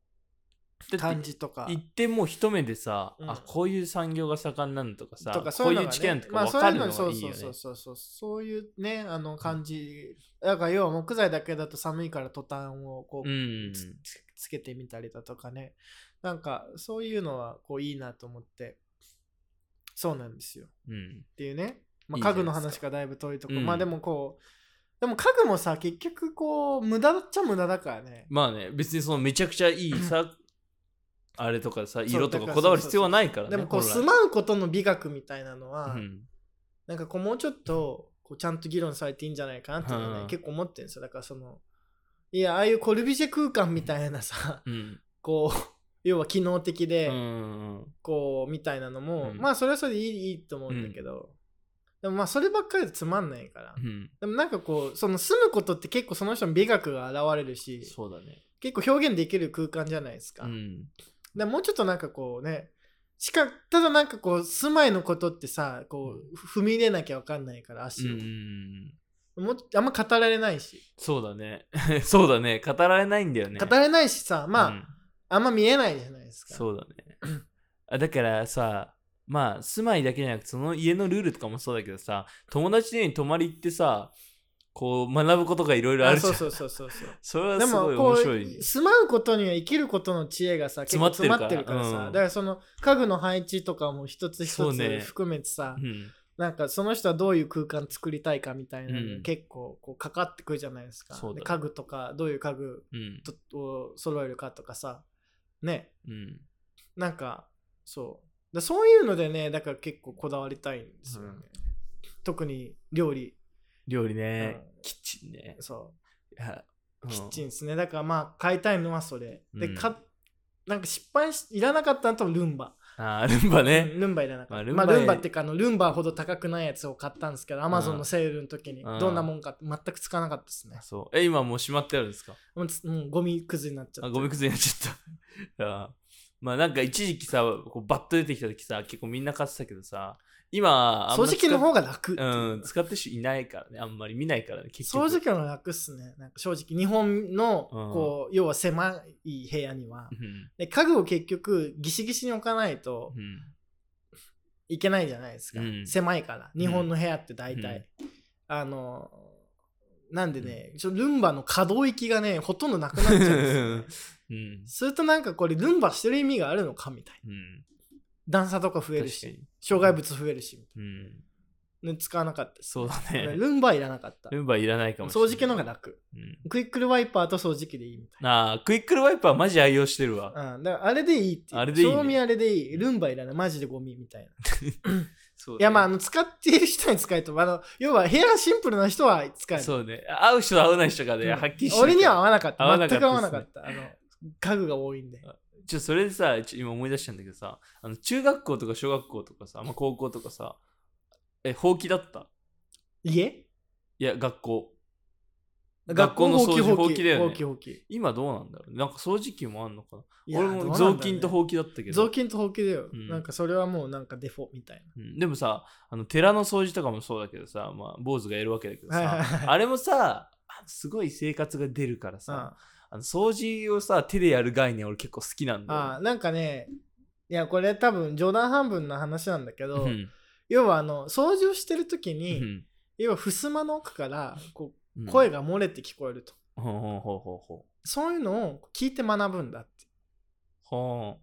B: だ
C: う
B: って
C: 感じとか。
B: 行ってもう一目でさ、
C: うん
B: あこういう産業が盛んなのとかさ
C: とか
B: こ
C: そう
B: う
C: いう
B: い
C: の
B: う
C: が
B: 地形
C: ね
B: とか
C: まあ
B: 分
C: そう
B: か
C: いう
B: るの
C: のそ
B: が
C: う
B: いい
C: そ
B: よ
C: う
B: ね
C: そうそうそうそういうねあの感じだから要は木材だけだと寒いからトタンをこ
B: う
C: う、
B: ん
C: つつつけてみたりだとかねなんかそういうのはこういいなと思ってそうなんですよっ
B: うん
C: ていうね、ま
B: い
C: あ、
B: いじ
C: 家具
B: ゃないで
C: の
B: すか
C: 話がだいぶ遠いとこ
B: うん
C: まあでもこうでも家具もさ結局こう無駄っちゃ無駄だからね
B: まあね別にそのめちゃくちゃいいさあれとかさ
C: う
B: 色と
C: だ
B: か
C: から
B: こだわる必要はないからね
C: でもこう
B: 本来
C: 住まうことの美学みたいなのは、
B: うん
C: なんかこうもうちょっとこうちゃんと議論されていいんじゃないかなっていうのはね、
B: うん
C: 結構思ってるんですよだからそのいやああいうコルビュジェ空間みたいなさ、 [laughs]
B: うん
C: こう要は機能的で、
B: うん
C: こうみたいなのも、
B: うん
C: まあそれはそれでいいいいと思うんだけど、でもまあそればっかりでつまんないから、
B: うん
C: でもなんかこうその住むことって結構その人の美学が現れるし
B: そうだね
C: 結構表現できる空間じゃないですか、
B: うん
C: でもうちょっとなんかこうねしかただなんかこう住まいのことってさこう踏み入れなきゃ分かんないから
B: う
C: 足を、
B: ん
C: もうあんま語られないし
B: そうだね [laughs] そうだね語られないんだよね
C: 語られないしさまあ、
B: うん
C: あんま見えないじゃないですか
B: そうだねあだからさまあ住まいだけじゃなくてその家のルールとかもそうだけどさ友達の家に泊まり行ってさこう学ぶことがいろいろあ
C: あ
B: るじゃ
C: そ
B: ん
C: うそうそうそうそ
B: [laughs]
C: う
B: それは
C: ですも
B: ごい
C: こ
B: 面
C: う
B: 白い
C: 住まうことには生きることの知恵がさ結構詰
B: 詰ま
C: ま
B: っ
C: ってて
B: る
C: る
B: か
C: かららさ、
B: うん
C: だからその家具の配置とかも一つ
B: そ
C: 一
B: うね
C: つ含めてさ、
B: うん
C: なんかその人はどういう空間作りたいかみたいなの
B: うん
C: に結構こうかかってくるじゃないですか、
B: そうだね
C: で家具とかどういう家具
B: うん
C: とを揃えるかとかさね
B: うん
C: なんかそうだそういうのでねだから結構こだわりたいんですよね、
B: うん
C: 特に料理
B: 料理ね、
C: う
B: キッチンね
C: そ
B: いや
C: うキッチン
B: ン
C: ですねだからまあ買いたいのはそれ、
B: う
C: で
B: ん
C: かなんか失敗しいらなかったのとルンバ、
B: あールンバね
C: うんルンバいらなか
B: まあ
C: った、
B: ルン
C: ま
B: バ
C: あ、ルンバっていうかあのルンバほど高くないやつを買ったんですけどアマゾンのセールの時に
B: うん
C: どんなもんかって全くつかなかったですね
B: そうえ今もうしまってあるんですか
C: もうつもうゴミくずになっちゃ
B: あ
C: っ
B: ゴ
C: て
B: ミくずになっちゃった [laughs] あーまあなんか一時期さこうバッと出てきた時さ結構みんな買ってたけどさ今あん
C: 掃
B: ま使
C: 除
B: っ
C: 機の方が楽っていう
B: うん使ってる人いないからねあんまり見ないからね結
C: 掃
B: 局
C: 除機の方が楽っすねなんか正直日本の
B: うん
C: こう、要は狭い部屋には
B: うん
C: で家具を結局ギシギシに置かないと
B: うん
C: いけないじゃないですか、
B: うん
C: 狭いから日本の部屋って大
B: うん
C: 体、あのなんでね、ちょルンバの可動域がねほとんどなくなっちゃうんですよ、ね
B: うん
C: するとなんかこれルンバしてる意味があるのかみたいな
B: うん
C: 段差とか増える
B: 確か
C: し
B: に
C: 障害物増えるしみ
B: うん
C: たいな使わなかったです
B: そうだね
C: ルンバいらなかった
B: ルンバいらないかもしれな
C: 掃
B: い
C: 除機の方が楽
B: うん
C: クイックルワイパーと掃除機でいいみたい
B: あークイックルワイパーマジ愛用してるわ
C: な、うん、だからあれでいいっていう
B: あれでいいね
C: 賞味あれでいいルンバいらないマジでゴミみたいな
B: そう
C: いやまああの使っている人に使えとあの要は部 [laughs] 屋がシンプルな人は使える
B: そうね合う人と合わない人がね、
C: うん
B: はっきりしてる
C: 俺には合わなかっ
B: 合わ
C: た
B: なか
C: 全
B: ったっすね
C: く合わなかったあの家具が多いんで
B: ちょそれでさちょ今思い出したんだけどさあの中学校とか小学校とかさ、まあ、高校とかさえ放棄だった
C: 家
B: いや学校学校の掃除
C: 放
B: ほうきだよね
C: 放棄放棄
B: 今どうなんだろうなんか掃除機もあんのか
C: い
B: な
C: や
B: 俺
C: どう
B: も
C: なんだろう
B: 雑
C: ね
B: 巾とほうきだったけど、
C: 雑巾とほうきだよ、
B: うん
C: なんかそれはもうなんかデフォみたい
B: うんでもさあの寺の掃除とかもそうだけどさ、まあ、坊主がやるわけだけどさ、
C: はいはいはい
B: あれもさあすごい生活が出るから
C: な、
B: さ、あの掃除をさ手でやる概念俺結構好きなん
C: うんあ
B: だ
C: あなんかねいやこれ多分冗談半分の話なんだけ
B: よ、
C: ど、
B: うん
C: 要はあの掃除をしてる時
B: う
C: に、
B: ん
C: 要は襖の奥からこ
B: うん
C: う声が漏れて聞こえると、
B: ほうほうほうほうほう
C: そういうのを聞いて学ぶんだって
B: ほ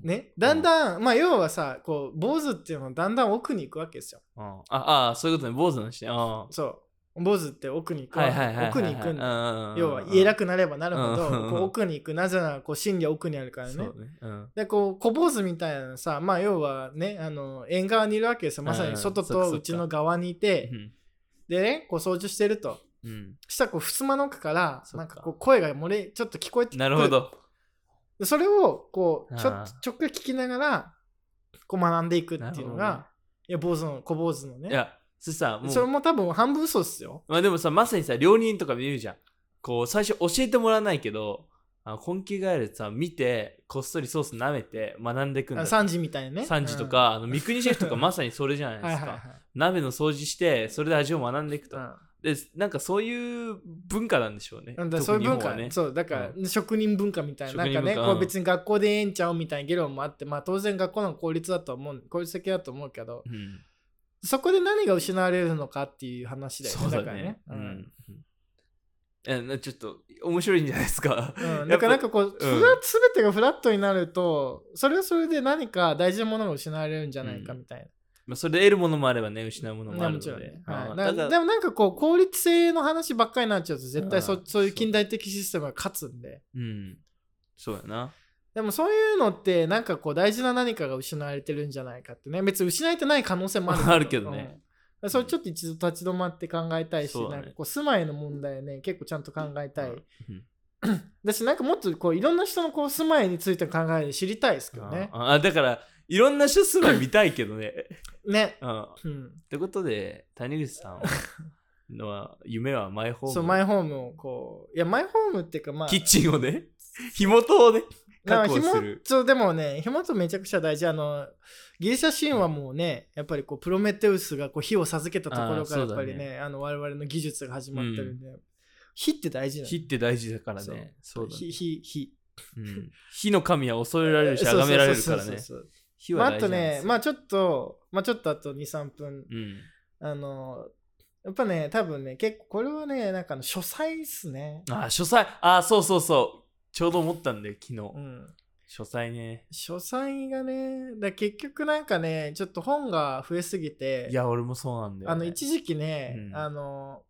C: ねだんだん、まあ要はさこう坊主っていうのはだんだん奥に行くわけですよ
B: ううんああそういうことね坊主のしねあ
C: そう坊主って奥に行く
B: あはいはいはいはいはい
C: 奥に行くんだ
B: だ
C: 要は偉
B: く
C: くなればなるほど、
B: うん
C: こう奥に行くなぜならこう真理は奥にあるからね
B: そうね、うん、
C: でこう小坊主みたいなさまあ要はねあの縁側にいるわけですよまさ
B: うん
C: に外
B: そっか
C: と
B: そっか
C: うちの側にいて、でねこう掃除してると
B: うん
C: したらこう襖の奥から
B: そっか
C: なんかこう声が漏れちょっと聞こえてく
B: なるほど
C: でそれをこうちょ
B: あー
C: ちょっくり聞きながらこう学んでいくっていうの
B: なるほどね
C: が、いや坊主の小坊主のね
B: いやそれさもう
C: それも多分半分嘘っすよ
B: まあでもさまさにさ料理人とか見るじゃんこう最初教えてもらわないけどあの根気があるさ見てこっそりソース舐めて学んでいくんだ
C: あ3時みたいなね
B: サンジと、か、あの三国シ
C: [laughs]
B: ェフとかまさにそれじゃな
C: う
B: い
C: んは
B: で
C: い
B: す
C: はいはい
B: か鍋の掃除してそれで味を学んでいくと、
C: うん
B: でなんかそういう文化なんでしょうね
C: なんだそういう文化
B: 特に日本はね
C: そうだから、職人文化みたいな
B: 職
C: なんか
B: 人文化
C: ね、こ
B: うん
C: う別に学校でええんちゃうみたいな議論もあってまあ当然学校の方が効率だと思う効率的だと思うけど
B: うん
C: そこで何が失われるのかっていう話だよね
B: そうだ
C: から
B: ね
C: ね、う
B: うんんえなちょっと面白いんじゃないですか [laughs]
C: うんだからなんかこう、
B: やっぱ
C: フラ全てがフラットになるとそれはそれで何か大事なものが失われるんじゃないかみたい
B: まあ、それで得るものもあればね失うも
C: な、
B: のもある
C: も
B: の
C: ち
B: で、
C: ろんね、
B: あ
C: は
B: ー
C: い、だ
B: だ
C: か
B: からら
C: でもなんかこう効率性の話ばっかりになっちゃうと絶対そ,、
B: うん
C: そういう近代的システムが勝つんで
B: うんそうやな
C: でもそういうのってなんかこう大事な何かが失われてるんじゃないかってね別に失われてない可能性もある
B: あるけどね
C: うんだからそれちょっと一度立ち止まって考えたいし、
B: そう
C: な
B: だね
C: んかこう住まいの問題ね結構ちゃんと考えたい、
B: うん
C: [coughs] だしなんかもっとこういろんな人のこう住まいについて考えて知りたいですけどね
B: ああだからいろんな人住まい見たいけどね、
C: ね、
B: うん、っ
C: うん、
B: てことで谷口さんはのは夢はマイホーム
C: そうマイホームをこういやマイホームっていうかまあ
B: キッチンをね紐とをね
C: なん
B: 確
C: か
B: 保す
C: 紐
B: る
C: そうでもね紐とめちゃくちゃ大事あのギリシャ神話もねやっぱりこうプロメテウスがこう火を授けたとこ
B: あ
C: ろ
B: ー
C: からやっぱ
B: そ
C: り
B: うだ
C: ねあの我々の技術が始まってるんで、火って大事なの
B: 火って大事だからねそうだね
C: 火火火
B: うん火の神は恐れられるし崇められるから
C: そう
B: ね
C: そうそう
B: 火
C: まああ
B: は大
C: と
B: 事なんで
C: ね
B: すよ
C: まあちょっとまあちょっとあと23分
B: うん
C: あのやっぱね多分ね結構これはねなんかあの書斎っすね
B: あ書斎あそうそうそうちょうど思ったんで昨日、
C: うん
B: 書斎ね
C: 書斎がねだ結局なんかねちょっと本が増えすぎて
B: いや俺もそうなんだよ、ね、
C: あの一時期ね、
B: うん
C: あの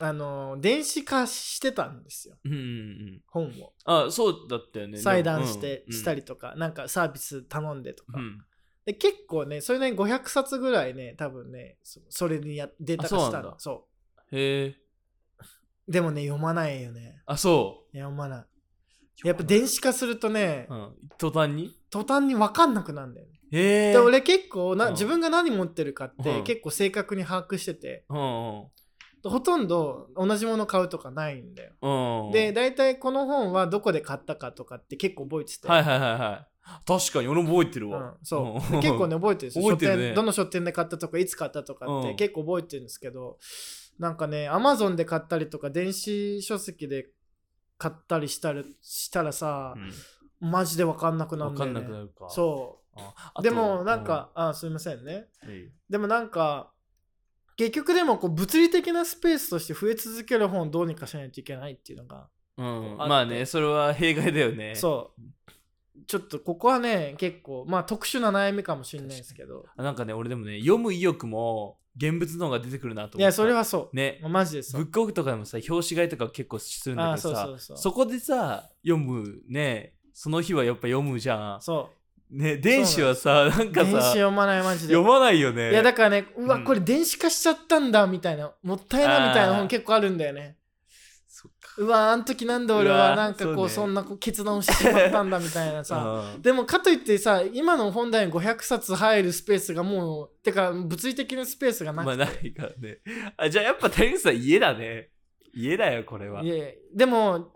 C: あの電子化してたんですよ
B: うんうんうん
C: 本を
B: あそうだったよね
C: 裁断して、
B: うん
C: したりとかなんかサービス頼んでとか、
B: うん
C: で結構ねそれね500冊ぐらいね多分ねそそれにやデータ化し
B: あそうな
C: た
B: んだ
C: のそ
B: へえ
C: うでもね読まないよね
B: あそ
C: 読まないうやっぱ電子化するとね、
B: うん途端に
C: 途端に分かんなくなるんだよね、
B: へえ
C: で俺結構
B: う
C: なん自分が何持ってるかって、
B: うん
C: 結構正確に把握してて
B: うんうん
C: ほとんど同じもの買うとかないんだよ
B: うんうん
C: で大体この本はどこで買ったかとかって結構覚えてて、
B: はいはいはいはい確かに俺も覚えてる
C: う
B: わ、
C: ん、そう
B: うん
C: [laughs] 結構ね覚えてるんですよ
B: 覚えてるね
C: 書店どの書店で買ったとかいつ買ったとかっ
B: う
C: て
B: ん
C: 結構覚えてるんですけど、なんかねアマゾンで買ったりとか電子書籍で買ったりしたらしたらさ
B: う、ん
C: マジで分かんなくなる
B: 分
C: んだよ、
B: か
C: ね、
B: んなくなるか
C: そ
B: ああ
C: う
B: と
C: でもなんか、あすいませんね
B: うんいいよ
C: でもなんか結局でもこう物理的なスペースとして増え続ける本をどうにかしないといけないっていうのが
B: うん、
C: あ
B: まあねそれは弊害だよね
C: そう。ちょっとここはね、結構、まあ特殊な悩みかもしれないですけど。
B: うなんかね俺でもね読む意欲も現物の方が出てくるなと思った
C: いや、それはそう。
B: ね
C: マジでそ
B: ブ
C: う。
B: ックオフとかでもさ表紙買いとか結構するんだ
C: あ
B: けどさ
C: そうそうそう
B: こでさ読むねその日はやっぱ読むじゃん
C: そ
B: ね電子はさなん
C: う。
B: か
C: 電子
B: さ
C: 読まない、マジで。
B: 読まないよね
C: いや、だからね、うわ、
B: うん
C: これ電子化しちゃったんだ、みたいな、もったいな、みたいな
B: あ
C: 本
B: ー
C: 結構あるんだよね。
B: そっか
C: うわあの時なんで俺
B: うわ
C: はなんかこう
B: そ
C: そう
B: ね
C: んなこう決断をしてしまったんだみたいな
B: [laughs]
C: さ
B: あ
C: でもかといってさ今の本題に500冊入るスペースがもうてか物理的なスペースがな
B: まあ
C: くて、
B: ないからねあじゃあやっぱ谷口さん家だね家だよこれはい
C: やいやでも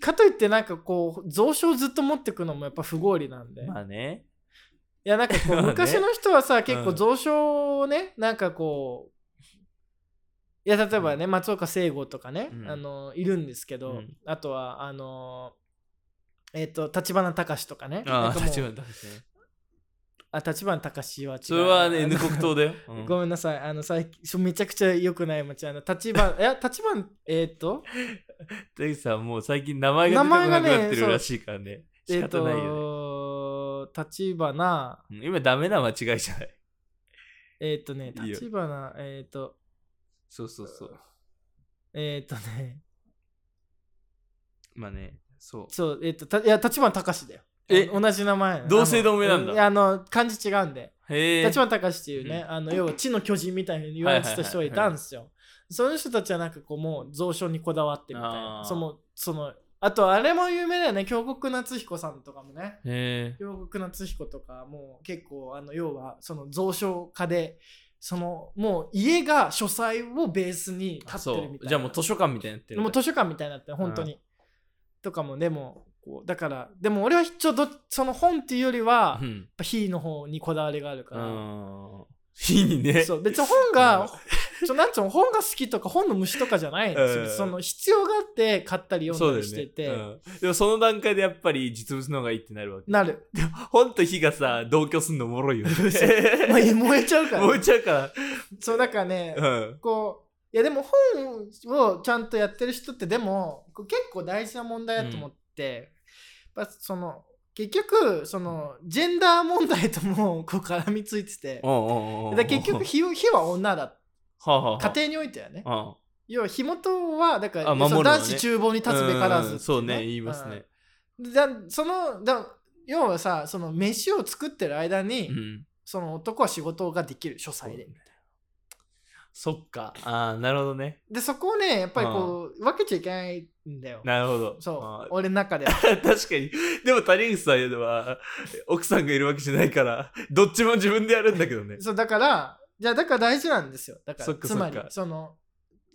C: かといってなんかこう蔵書をずっと持ってくのもやっぱ不合理なんで、
B: まあね
C: いやなんかこう
B: まあね
C: 昔の人はさ、結
B: う
C: 構
B: ん
C: 蔵書をねなんかこういや例えばね松岡聖吾とかね、
B: うん
C: あのいるんですけど、
B: うん
C: あとはあのえっ、と立花隆とかねな
B: あ
C: ん
B: あ
C: かもう
B: 立花隆ね
C: あ立花隆は違う
B: それはね
C: あの
B: N 国党だよ、う
C: [laughs]
B: ん
C: ごめんなさいあの最近そうめちゃくちゃ良くない町あの立花いや立花えっ、と
B: 谷口さんもう最近名前が出てこなくなってるらしいからね
C: え
B: 仕
C: っ、
B: 方ないよね、
C: と立花
B: うん今ダメな間違いじゃない
C: えっ、とね
B: いいよ
C: 立花えっ、と
B: そうそうそう
C: えっ、とね [laughs]
B: まあねそう
C: そう、えっ、と、たいや、立花隆だよ。
B: え
C: 同じ名前なの。
B: 同姓同名なんだ
C: あのうあの、漢字違うんで。
B: へえ
C: 立花隆っていうね、あの、要は地の巨人みたいに言われてた人がいたんですよ。その人たちはなんかこう、もう蔵書にこだわってみたい
B: あ
C: な
B: ー。
C: その、その、あとあれも有名だよね、京極夏彦さんとかもね。
B: へえ
C: 京極夏彦とかも結構あの要はその蔵書家でそのもう家が書斎をベースに
B: あ
C: 立ってる
B: そ
C: みたい
B: う
C: な
B: じゃあもう図書館みたいになってる
C: もう図書館みたいになって本当に、とかもでもこうだからでも俺は一応どその本っていうよりは、
B: う
C: やっ
B: ん
C: ぱ非の方にこだわりがあるから、
B: うん日にね
C: そう別に本が、ちょなんつうの本が好きとか本の虫とかじゃないんですよ、
B: うん
C: その必要があって買ったり
B: そ
C: 読んだ
B: うだよ
C: りして
B: ね
C: て、
B: うんでもその段階でやっぱり実物の方がいいってなる
C: [laughs]
B: わけ
C: なる、
B: 本と火がさ同居すんのおもろいよね
C: まあ、燃えちゃうから
B: 燃えちゃうか
C: そうだからね、
B: らうん
C: こういやでも本をちゃんとやってる人ってでもこう結構大事な問題だと思って、やっぱその結局そのジェンダー問題とも [laughs] こう絡みついてて
B: おうおうおうおう
C: だから結局火を火は女だ
B: はあはあはあ
C: 家庭においてはね
B: あ
C: 要は火元はだから、
B: あ守る
C: そ
B: の
C: の
B: ね
C: 男子厨房に立つべからずってい
B: うんそうね言いますね、
C: うんだそのだ要はさその飯を作ってる間に、
B: うん
C: その男は仕事ができる書斎で
B: そっかああなるほどね
C: でそこをねやっぱりこう分けちゃいけないんだよ
B: なるほど
C: そ
B: あ
C: う、俺の中では。
B: [laughs] ー確かにでも谷口さんは奥さんがいるわけじゃないからどっちも自分でやるんだけどね
C: そう、だから、じゃあだから大事なんですよ。だか
B: そ
C: ら、
B: っか
C: つま
B: そ
C: り
B: っか、
C: その、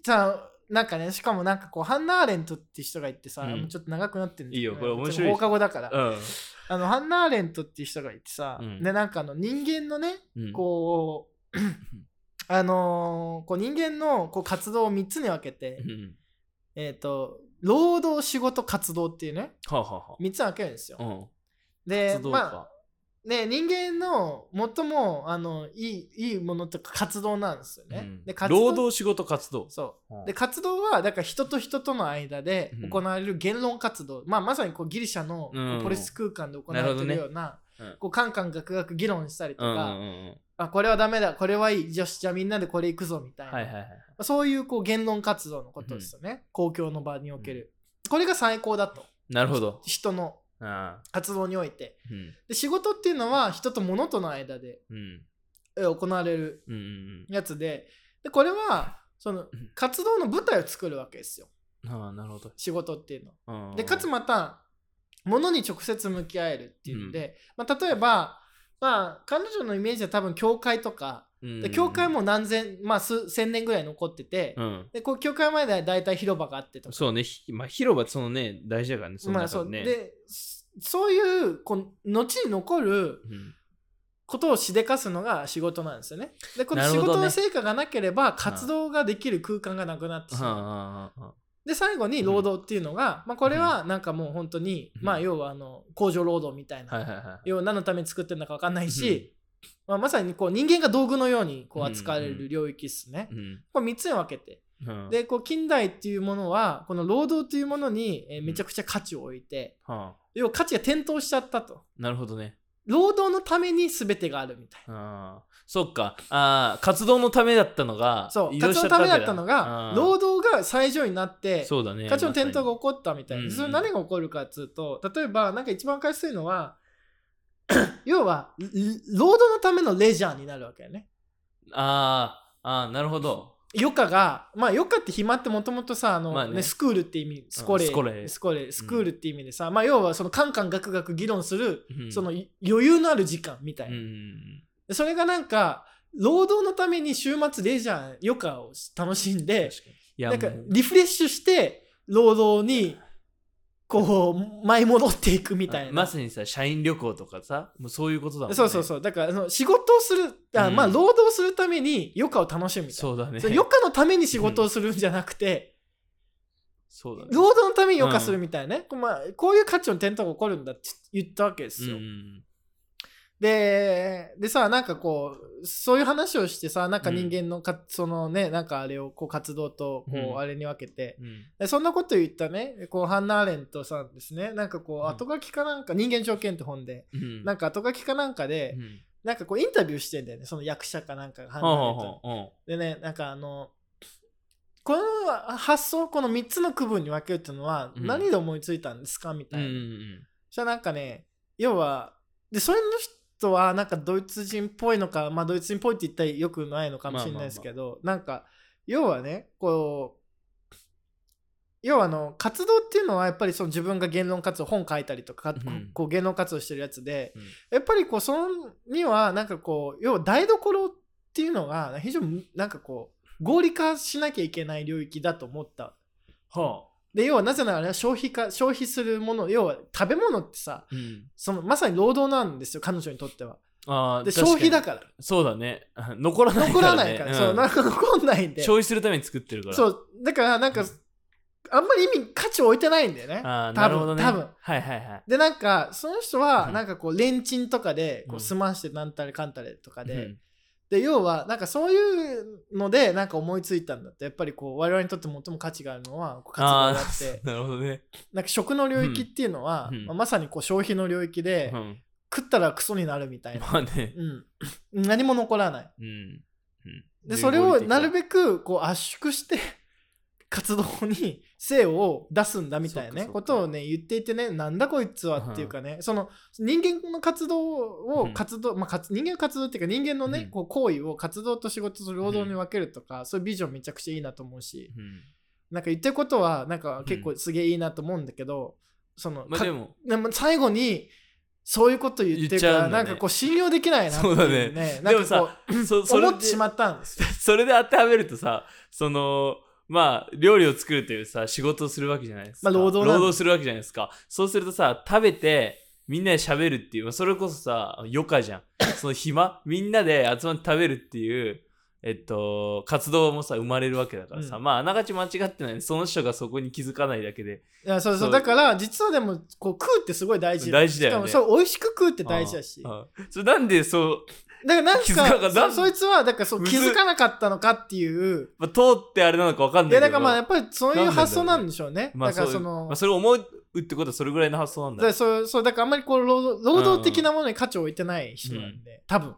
C: さ、なんかね、しかもなんかこう、ハンナ・アーレントって人がいてさ、
B: うん
C: もうちょっと長くなってるんです
B: いいよこれ面白い
C: 放課後だから、
B: うん
C: あの、ハンナ・アーレントっていう人がいてさ、
B: うん
C: で、なんかあの、人間のね、
B: うん
C: こ
B: [coughs]
C: う、あのーこう人間のこう活動を3つに分けて、
B: うん
C: えっ、と、労働、仕事、活動っていうね、
B: はあはあは
C: 3つに分けるんですよ。
B: あうん
C: で、
B: 活動
C: まあ、
B: か
C: ね、人間の最もあのいいいいものとか活動なんですよね。
B: うん
C: で活動
B: 労働仕事活動
C: そううんで活動はだから人と人との間で
B: うん
C: 行われる言論活動、まあ、まさにこうギリシャの
B: うん
C: ポリス空間で行われて
B: な
C: る
B: るほ
C: ような、
B: うん
C: こうカンカンガクガク議論したりと
B: うんうん
C: か、
B: うん
C: あこれはダメだこれはいいよしじゃあみんなでこれ行くぞみたいな、
B: はいはいはい
C: そういうこう言論活動のことですよね、公共の場における、これが最高だと
B: なるほど
C: 人の
B: あ
C: 活動において
B: ーうん
C: で仕事っていうのは人と物との間で
B: うん
C: え行われる
B: うんうん
C: やつででこれはその
B: ん
C: 活動の舞台を作るわけですよ
B: うんああなるほど
C: 仕事っていうの
B: うん
C: でかつまた物に直接向き合えるっていうんで、まあ、例えば、まあ、彼女のイメージは多分教会とかで教会も何千、まあ、数千年ぐらい残ってて、
B: うん
C: でこう教会前では大体広場があってとか
B: そうね、ひまあ、広場そのね大事だからねその
C: まあ、
B: 中
C: そう
B: でね、
C: でそそういうこう後に残る
B: うん
C: ことをしでかすのが仕事なんですよね。でこの
B: なる
C: 仕
B: ほどね
C: 事の成果がなければ活動ができる空間がなくなってし
B: はあ
C: まう。
B: はあはあ
C: で最後に労働っていうのが、まあ、これはなんかもう本当に、
B: うん
C: まあ要はあの工場労働みたいな、
B: はいはいはい
C: 要は何のために作ってるのか分かんないし、まあ、まさにこう人間が道具のようにこう扱われる領域っすね。
B: うん
C: これ3つに分けて
B: うん
C: でこう近代っていうものはこの労働というものにえーめちゃくちゃ価値を置いて
B: はあ
C: 要は価値が転倒しちゃったと
B: なるほどね
C: 労働のために全てがあるみたい
B: あーそっかあー活動のためだったのが
C: なそう
B: 移
C: 価
B: 動し
C: 値
B: ち
C: の
B: ゃった
C: た
B: わ
C: め
B: けだ
C: だったのが
B: あー
C: 労働が最上位になって
B: そうだね
C: 価値の転倒が起こったみたいな、
B: うん
C: それ何が起こるかっつうと例えばなんか一番返すいのは [coughs] 要は労働のためのレジャーになるわけよね
B: あーあーなるほど
C: 余暇がまあ余暇って暇ってもともとさあの、
B: まあ
C: ね
B: ね
C: スクールって意味スコレ、
B: うんスコレ
C: スコレスクールって意味でさ、まあ要はそのカンカンガクガク議論する、
B: うん
C: その余裕のある時間みたいな、
B: ん
C: でそれがなんか労働のために週末レジャー余暇を楽しんで
B: 確かにいや
C: なんか
B: もう
C: リフレッシュして労働にこう舞い戻っていくみたいな、
B: まさにさ社員旅行とかさもうそういうことだもんね
C: そうそうそうだからその仕事をするあ、
B: うん
C: まあ労働するために余暇を楽しむみたいな
B: そうだね
C: その余暇のために仕事をするんじゃなくて、
B: そうだね
C: 労働のために余暇するみたいなね、こうまあ、こういう価値の転倒が起こるんだって言ったわけですよ、
B: うん
C: ででさなんかこうそういう話をしてさなんか人間のか、そのねなんかあれをこう活動とこ
B: う
C: うんあれに分けて、
B: うん
C: でそんなこと言ったねこうハンナ・アーレントさんですねなんかこう、
B: うん
C: 後書きかなんか人間条件って本で
B: うん
C: なんか後書きかなんかで、
B: うん
C: なんかこうインタビューしてんだよねその役者かなんかがハンナ・
B: ほ
C: ア
B: う
C: ーレントに
B: ほうほ
C: でねなんかあのこの発想この3つの区分に分けるっていうのは
B: うん
C: 何で思いついたんですか、み
B: う
C: た
B: う
C: い
B: ん
C: な、
B: う
C: そした
B: ん
C: らなんかね要はでそれの人はなんかドイツ人っぽいのか、まあ、ドイツ人っぽいって言ったらよくないのかもしれないですけど、なんか要はねこう要はあの活動っていうのはやっぱりその自分が言論活動本書いたりとか、
B: うん
C: こう言論活動してるやつで、
B: うん
C: やっぱりこうそのにはなんかこう要は台所っていうのが非常になんかこう合理化しなきゃいけない領域だと思った。
B: は
C: で要はなぜならあれは消費か消費するもの要は食べ物ってさ
B: あうん
C: そのまさに労働なんですよ彼女にとっては。
B: あー
C: で
B: 確か
C: 消
B: に
C: 費だから
B: そうだね [laughs] 残らない
C: 残
B: から
C: な
B: らね
C: いから、
B: うん
C: そうなんか残んないんで
B: 消費するために作ってるから
C: そうだからなんか、
B: うん
C: あんまり意味価値を置いてないんだよね。
B: あー
C: 多
B: な
C: 分
B: るほどね
C: 多分
B: はいはいはい
C: でなんかその人は
B: うん
C: なんかこうレンチンとかでこ
B: う
C: うん済ましてなんたれかんたれとかで、
B: うん
C: で要はなんかそういうのでなんか思いついたんだってやっぱりこう我々にとって最も価値があるのはこう活動
B: あ
C: だっ
B: ー
C: て
B: なるほどね
C: なんか食の領域っていうのは、
B: うん
C: まあまさにこう消費の領域で、
B: うん
C: 食ったらクソになるみたいな、
B: まあね
C: うん、 [laughs] 何も残らない
B: うんうん
C: でそれをなる
B: く
C: べくこう圧縮して [laughs] 活動に精を出すんだみたいな
B: そっか
C: ね
B: そっか
C: ことをね言っていてねなんだこいつはっていうかね、その人間の活動を
B: うん
C: 活動、まあ活、人間の活動っていうか人間のね、
B: うん
C: こう行為を活動と仕事と労働に分けるとか、そういうビジョンめちゃくちゃいいなと思うしなんか言ってることはなんか結構すげえいいなと思うんだけど、その、
B: まあ
C: か
B: でも
C: でも最後にそういうこと言ってるか
B: 言っち
C: ら、
B: ゃうんだ
C: なん
B: ね
C: かこう信用できないなっていう
B: そうだね
C: なんかこう
B: でもさそそれ
C: 思
B: で
C: ってしまったんですよ。
B: [laughs] それで当てはめるとさそのまあ料理を作るというさ仕事をするわけじゃないですか、
C: まあ労働なんだ
B: するわけじゃないですかそうするとさ食べてみんなで喋るっていう、まあ、それこそさ余暇じゃんその暇みんなで集まって食べるっていうえっと活動もさ生まれるわけだからさ、
C: うん
B: まああながち間違ってないその人がそこに気づかないだけで
C: いやそうそう
B: そう
C: だから実はでもこう食うってすごい大事
B: 大事だよね
C: しかもそう美味しく食うって大事だしだか
B: ああそれなんでそう、
C: らなんか
B: 気づかなかった
C: そそいつはだからそう
B: む
C: 気
B: ず
C: づかなかったのかっていう
B: まあ、通ってあれなのかわかん
C: い
B: な
C: や
B: いけど
C: だからまあやっぱりそういう発想なんでしょうね
B: まあ
C: だから
B: う
C: その
B: まあ、それを思うってことはそれぐらいの発想なん
C: だ
B: だ
C: からそうそうだからあんまりこう労働労働的なものに価値を置いてない人なんで、多分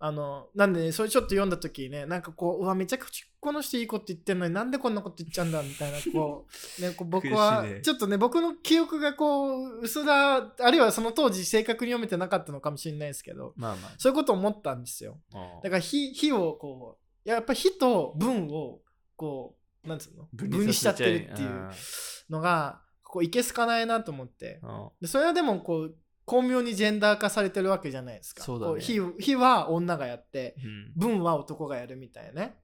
C: あのなんでねそれちょっと読んだ時にねなんかこううわめちゃくちゃこの人いいこと言ってんのになんでこんなこと言っちゃうんだみたいなこ [laughs] う, 、ね、こう僕は、
B: 悔しいね
C: ちょっとね僕の記憶がこう薄らあるいはその当時正確に読めてなかったのかもしれないですけど
B: まあま
C: そういうことを思ったんですよ
B: あ
C: だから火火をこうやっぱ火と文をこうなんつうの分離しちゃってるっていうのがこういけすかないなと思って
B: うん
C: でそれはでもこう巧妙にジェンダー化されてるわけじゃないですか。
B: そうだね
C: こ非非は女がやって
B: うん
C: 文は男がやるみたいなね。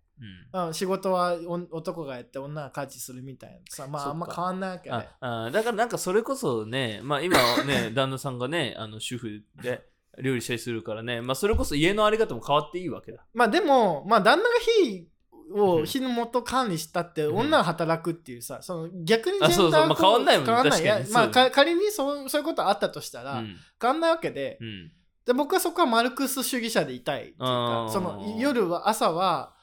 B: うん
C: あ仕事はお男がやって女が家事するみたいなさま
B: そ
C: ああ
B: っか
C: んま変わんないわけね。
B: ああーだからなんかそれこそね、まあ、今はね [laughs] 旦那さんがねあの主婦で料理したりするからね、まあ、それこそ家のあり方も変わっていいわけだ。
C: まあでもまあ旦那が非
B: う
C: を
B: ん
C: 非の元管理したって
B: うん
C: 女が働くっていうさその逆にジェンダー
B: あそうそうまあ
C: こ
B: 変わんないもんね
C: 変わんない
B: 確かに
C: いやまあ
B: そうだ
C: か仮にそうそういうことあったとしたら、
B: うん
C: 変わんないわけで、
B: うん
C: で僕はそこはマルクス主義者でいたいっていうか
B: あー
C: その夜は朝は、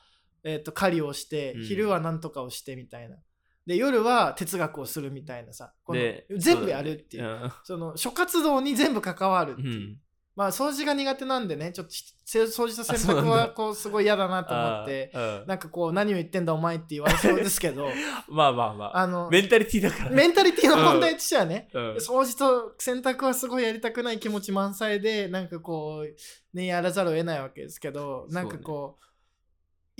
C: えー、と狩りをして、
B: うん
C: 昼は何とかをしてみたいなで夜は哲学をするみたいなさこの
B: で
C: 全部やるっていううそ
B: ん
C: の諸活動に全部関わるって
B: う
C: いう、
B: ん
C: まあ掃除が苦手なんでねちょっとし掃除と洗
B: あそうな
C: 濯
B: んだ
C: はこうすごい嫌だなと思
B: あ
C: って
B: ーうん
C: なんかこう何を言ってんだお前って言われそうですけ
B: [laughs]
C: ど
B: まあまあまあ
C: あの
B: メンタリティだから。
C: メンタリティの問題としてはね
B: うん
C: 掃除と洗濯はすごいやりたくない気持ち満載でなんかこうねやらざるを得ないわけですけどなんかこう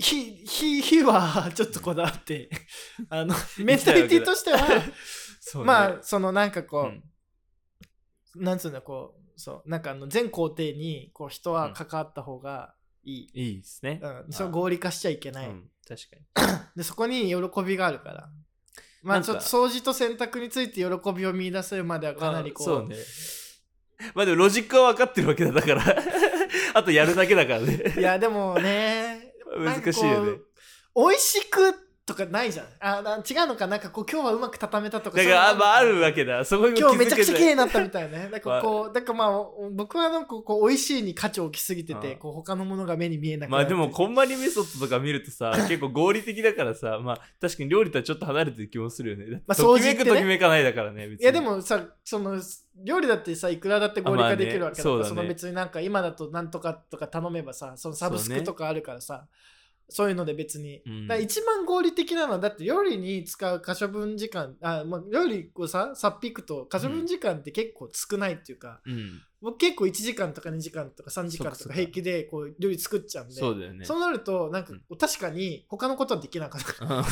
C: 火、火、火は [laughs] ちょっとこだわって、あ
B: [laughs]
C: の、メンタリティとしては、
B: そうね
C: まあ、そのなんかこう、
B: うん
C: なんつうんだこうそうなんかあの全工程にこう人は関わった方がいい、
B: いいですね。
C: うんそれを合理化しちゃいけ
B: う
C: ない、
B: ん確かに。
C: でそこに喜びがあるからま
B: な
C: あ
B: ん
C: ち
B: か
C: ょっと掃除と洗濯について喜びを見出せるまではかなりこう,、
B: まあそうね。まあでもロジックは分かってるわけだ
C: [laughs]
B: だから。あとやるだけだから
C: い
B: ね。
C: やでもね
B: 難しいよね。
C: 美味しくとかないじゃんあな違うのかなんかこう今日はうまく畳めたとか
B: だから、あ
C: そういうの
B: まああるわけだ。そこにも
C: 今日めちゃくちゃ綺麗
B: い。
C: になったみたいなね。だからこう、だからまあ、お僕はなんかこう、美味しいに価値を置きすぎてて、
B: うん
C: こう、他のものが目に見えなく
B: ま
C: な
B: あ
C: って
B: でも、こんまりメソッドとか見る
C: [laughs]
B: とさ、結構合理的だからさ、まあ確かに料理とはちょっと離れてる気もするよね。
C: まあ
B: と
C: 掃
B: き
C: 除っ
B: め
C: て
B: く
C: ね
B: ときめかないだからね、別に。
C: いやで、もさその料理だってさいくらだって合理
B: あまあ
C: 化
B: ね
C: できるわけだから、
B: そうだね
C: その別になんか今だとなんとかとか頼めばさそのサブスクとかあるからさそう,、いうので別に、
B: うん
C: だから一番合理的なのはだって料理に使う可処分時間あ、まあ、料理をささっぴくと可処分時間って結構少ないっていうか、
B: うん、
C: 僕結構1時間とか2時間とか3時間
B: そっか
C: と
B: そ
C: か
B: っか
C: 平気でこう料理作っちゃうんで
B: そうだよね。 [laughs]
C: そうなるとなんかこう確かに他のことはできなかった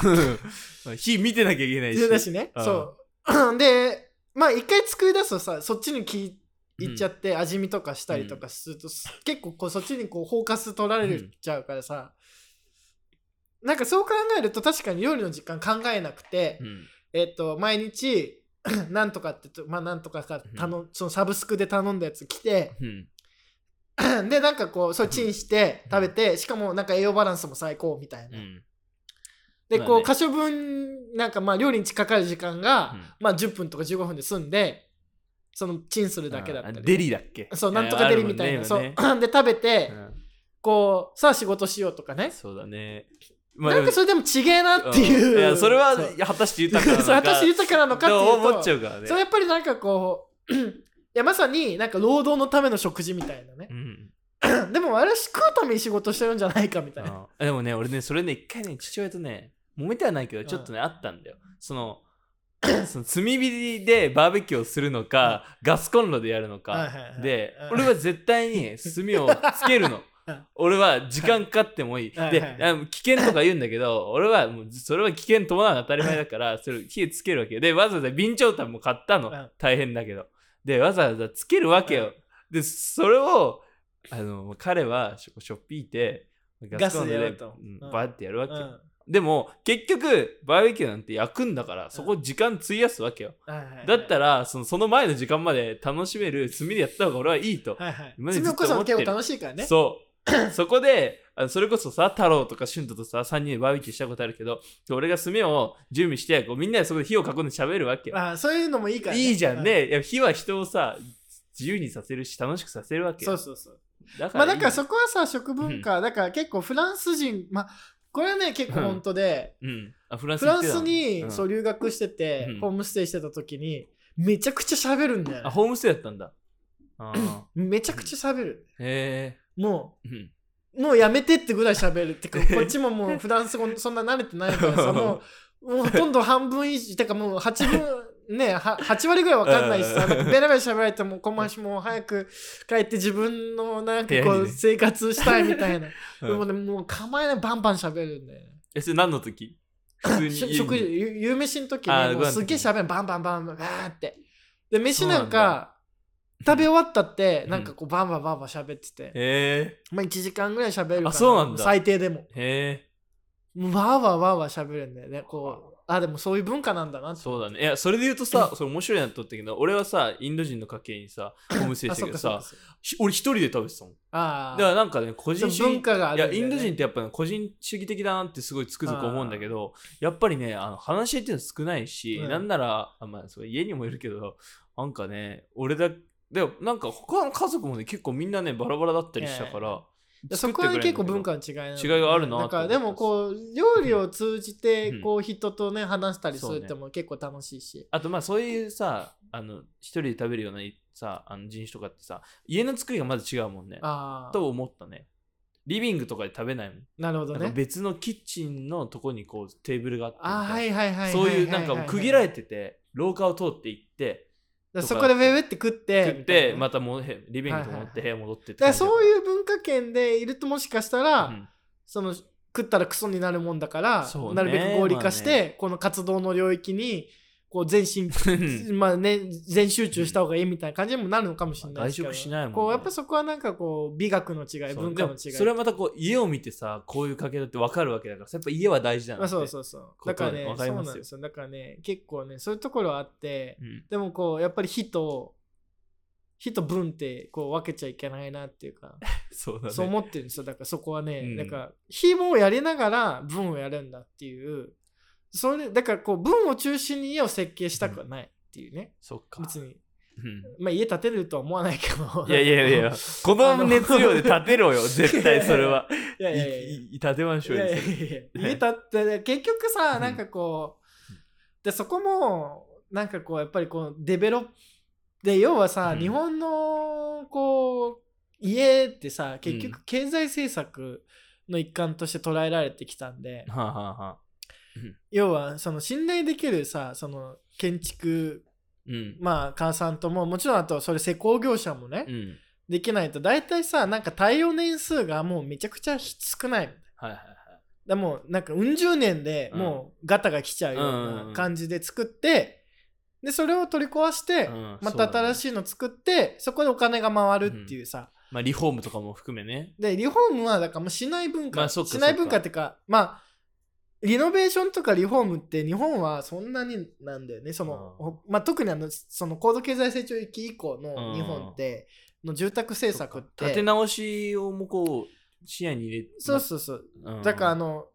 B: うん火見てなきゃいけないし。
C: だしね、
B: うん
C: そう。で、まあ一回作り出すとさ、そっちにきいっちゃって味見とかしたりとかすると、す結構こうそっちにこうフォーカス取られるちゃうからさ、なんかそう考えると確かに料理の時間考えなくて、
B: うん
C: えっ、と、毎日、 [clears throat] なんとかってと、まあなんとかか頼、そのサブスクで頼んだやつ来て、 [clears throat]
B: うん
C: で、なんかこう、それチンして食べて、しかもなんか栄養バランスも最高みたいな。
B: うん
C: で、こう、
B: ま
C: 可処分、なんかまあ料理にかかる時間が、
B: うん
C: まあ、10分とか15分で済んで、そのチンするだけだった
B: あ
C: り。
B: デリだっけ
C: そう、なんとかデリみたいな。
B: ある
C: そ
B: も
C: う。[laughs]
B: ん
C: で
B: ね、
C: 食べて、
B: 今ね
C: こう、さあ仕事しようとか
B: う
C: ね
B: ん。そうだね。まあ
C: なんかそれでもちげえなっていう。
B: うんいやそれは
C: そう
B: 果たして
C: [laughs] そ
B: 豊
C: う
B: かなのか
C: 私豊かなのかっていうと。
B: どう思っちゃうからね
C: それやっぱりなんかこう、いや、まさになんか労働のための食事みたいなね
B: う。ん
C: でも、あれは食うために仕事してるんじゃないかみたいな。
B: あでもね俺ねそれね一回ね父親とね揉めてはないけど
C: ん
B: ちょっとね、あったんだよその [clears throat] その炭火でバーベキューをするのか、ガスコンロでやるのか、
C: はいはいはい
B: で、
C: うん
B: 俺は絶対に炭をつけるの
C: うん
B: 俺は時間かかってもいい、
C: はい
B: で、
C: はい
B: あの危険とか言うんだけど俺はもうそれは危険伴うのは当たり前だからそれを火つけるわけよでわざわざ備長炭も買ったの、
C: うん
B: 大変だけどでわざわざつけるわけよ、でそれをあの彼はしょしょっぴいてガスコンロ
C: ガスでやろ
B: で
C: うと
B: うん
C: うん
B: バーってやるわけ
C: うん
B: よ、
C: は
B: でも結局バーベキューなんて焼くんだからそこ時間費やすわけよ、
C: いはいはい
B: だったらそのその前の時間まで楽しめる炭でやった方が俺はいいと、
C: はいはい。
B: 今まで
C: 積
B: ず
C: み
B: っ
C: 起
B: と
C: こす
B: 思
C: の
B: ってる
C: 結構楽しいからね。
B: そう [coughs] そこであのそれこそさ太郎とか俊太とさ3人でバーベキューしたことあるけど俺が炭を準備してこうみんなでそこで火を囲んで喋るわけよ
C: あそういうのもいいからね。
B: いいじゃん
C: う。
B: ね。いや火は人をさ、自由にさせるし、楽しくさせるわけ
C: そ
B: よ
C: う。そうそう。
B: だか
C: ま
B: ら
C: あ
B: いい、
C: だからそこはさ食文化、だから結構フランス人まあこれはね結構本当で、
B: うん。あフランス
C: フランスに、
B: 行ってたのうん
C: そう留学してて、
B: うん
C: ホームステイしてた時にめちゃくちゃ喋るんだよ
B: あ、
C: ね、
B: ホームステイだったんだ。あ
C: [coughs]
B: ー
C: めちゃくちゃ喋る、
B: へ
C: も
B: え。うん
C: うもうやめてってぐらい喋るって
B: [laughs]
C: かこっちももうフランス語そんな慣れてないからさもうもうほとんど半分以上てかもう8分
B: [laughs]
C: ねは8割ぐらいわかんないしさ
B: うん
C: なんかベラベラ喋られてもこましもう早く帰って自分のなんか
B: 部
C: こ
B: 屋に
C: う
B: ね
C: 生活したいみたいな、
B: [laughs] うん
C: でもねもう構えないバンバン喋るんだよね
B: [laughs] え、それ何の時普通に家
C: し
B: に。
C: 食事ゆ夕飯の時
B: あー
C: にも
B: ご
C: う
B: 飯の時
C: すっげえしゃべんバンバンバンバンバーってで飯なん
B: そうなん
C: か食べ終わったって
B: うん
C: なんかこうバンバンバンバンしゃべってて、
B: へ
C: まあ1時間ぐらいしゃべるから
B: あそうなんだ
C: 最低でも
B: え。へ
C: もうわーわーわーわーしゃべるんだよねこうあでもそういう文化なんだな
B: え。
C: って
B: そうだね。いや、それで言うとさ、それ面白いなと思ったけど、俺はさ、インド人の家系にさ、ホームステイ
C: あ
B: し
C: そ
B: たけ
C: っか
B: ど
C: そっ
B: さ
C: か、そっか
B: ひ俺一人で食べてたもん。
C: あ
B: だからなんかね、個人
C: ー
B: 主
C: そう文
B: 義
C: 化があ
B: い
C: る
B: や
C: んだ
B: イ
C: よね
B: ンド人ってやっぱ、ね、個人主義的だなってすごいつくづく思うんだけどやっぱりねあの話し相手の少ないし、
C: うん
B: なんならあ、まあ、それ家にもいるけどなんかね俺だでもなんか他の家族もね結構みんなねバラバラだったりしたから、
C: そ
B: 作
C: こ
B: ってく
C: は
B: れ
C: ね
B: るんだけ
C: 結構
B: ど
C: 文化の違いなの
B: 違いがあるなと思
C: だ
B: った
C: からでもこう料理を通じて
B: うん
C: こう人とね話したりす
B: そう
C: る
B: ね
C: っても結構楽しいし、
B: あとまあそういうさあの一人で食べるようなさあの人種とかってさ家の作りがまず違うもんね
C: ああ
B: と思ったねリビングとかで食べないもん,、
C: なるほど
B: なん
C: ね
B: か別のキッチンのとこにこうテーブルがあってみたいな
C: あーはいはいはいはいはいはい
B: そういうなんかもう区切られてて廊下を通って行って
C: だからそこでウェウェって食って
B: 食ってま
C: たいなね
B: たもうへリビングと思って部屋戻ってって
C: だからそう [laughs]
B: う
C: いう文化圏でいるともしかしたら、
B: ん
C: その食ったらクソになるもんだから、
B: そうね
C: なるべく合理化して、
B: まあ
C: この活動の領域にこう全身
B: うん
C: まあね全集中した方がいいみたいな感じにもなるのかもしれないですけど
B: まあ外食しないもんね
C: こうやっぱそこはなんかこう美学の違い
B: そう
C: 文化の違い
B: でもそれはまたこう家を見てさこういう家系だって分かるわけだからさやっぱ家は大事だな
C: まあ、
B: って
C: そうそうそう
B: こ
C: だ
B: と
C: か
B: は
C: ら
B: ね
C: ね
B: わ
C: そ
B: かり
C: う
B: ま
C: な
B: すよ
C: んですよだからね結構ねそういうところはあって
B: うん
C: でもこうやっぱり火と火と文ってこう分けちゃいけないなっていうか
B: そうだね
C: そう思ってるんですよだからそこはね、
B: うん
C: なんか非もやりながら文をやるんだっていうそれだからこう文を中心に家を設計したくはないっていうね、
B: そっか、
C: 別に
B: うん
C: まあ家建てるとは思わないけど
B: いやいやいやいやこの熱量で立てろよ絶対 [laughs] それは
C: [laughs]
B: い
C: やいやいや
B: いい立てましょう
C: い
B: よ
C: やい
B: そ
C: や
B: れ
C: いや家建って結局
B: う
C: さ
B: ん
C: なんかこう、
B: うん
C: でそこもなんかこうやっぱりこうデベロッで要はさ、
B: うん
C: 日本のこう家ってさ結局経済政策の一環として捉えられてきたんで、
B: はあはあはあ
C: 要はその信頼できるさその建築
B: うん
C: まあ閑散とももちろんあとそれ施工業者もね、
B: うん
C: できないと大体さなんか耐用年数がもうめちゃくちゃ少ない
B: はいはいはい
C: でもうなんかうん十年で
B: うん
C: もうガタが来ちゃうよ
B: うんうん
C: う
B: うん
C: な感じで作って、でそれを取り壊して、
B: うん
C: ま
B: そうだ
C: た
B: ね
C: 新しいの作ってそこでお金が回るっていうさ、
B: まあリフォームとかも含めね
C: でリフォームはだからもうしない文化、
B: まあそっか
C: しない文化っていうかまあリノベーションとかリフォームって日本はそんなになんだよねその、
B: うん
C: ほまあ、特にあのその高度経済成長期以降の日本って、の住宅政策っ
B: そっか立
C: て
B: て直しをもこう視野に入れ
C: そうそうそう
B: うん
C: だからあの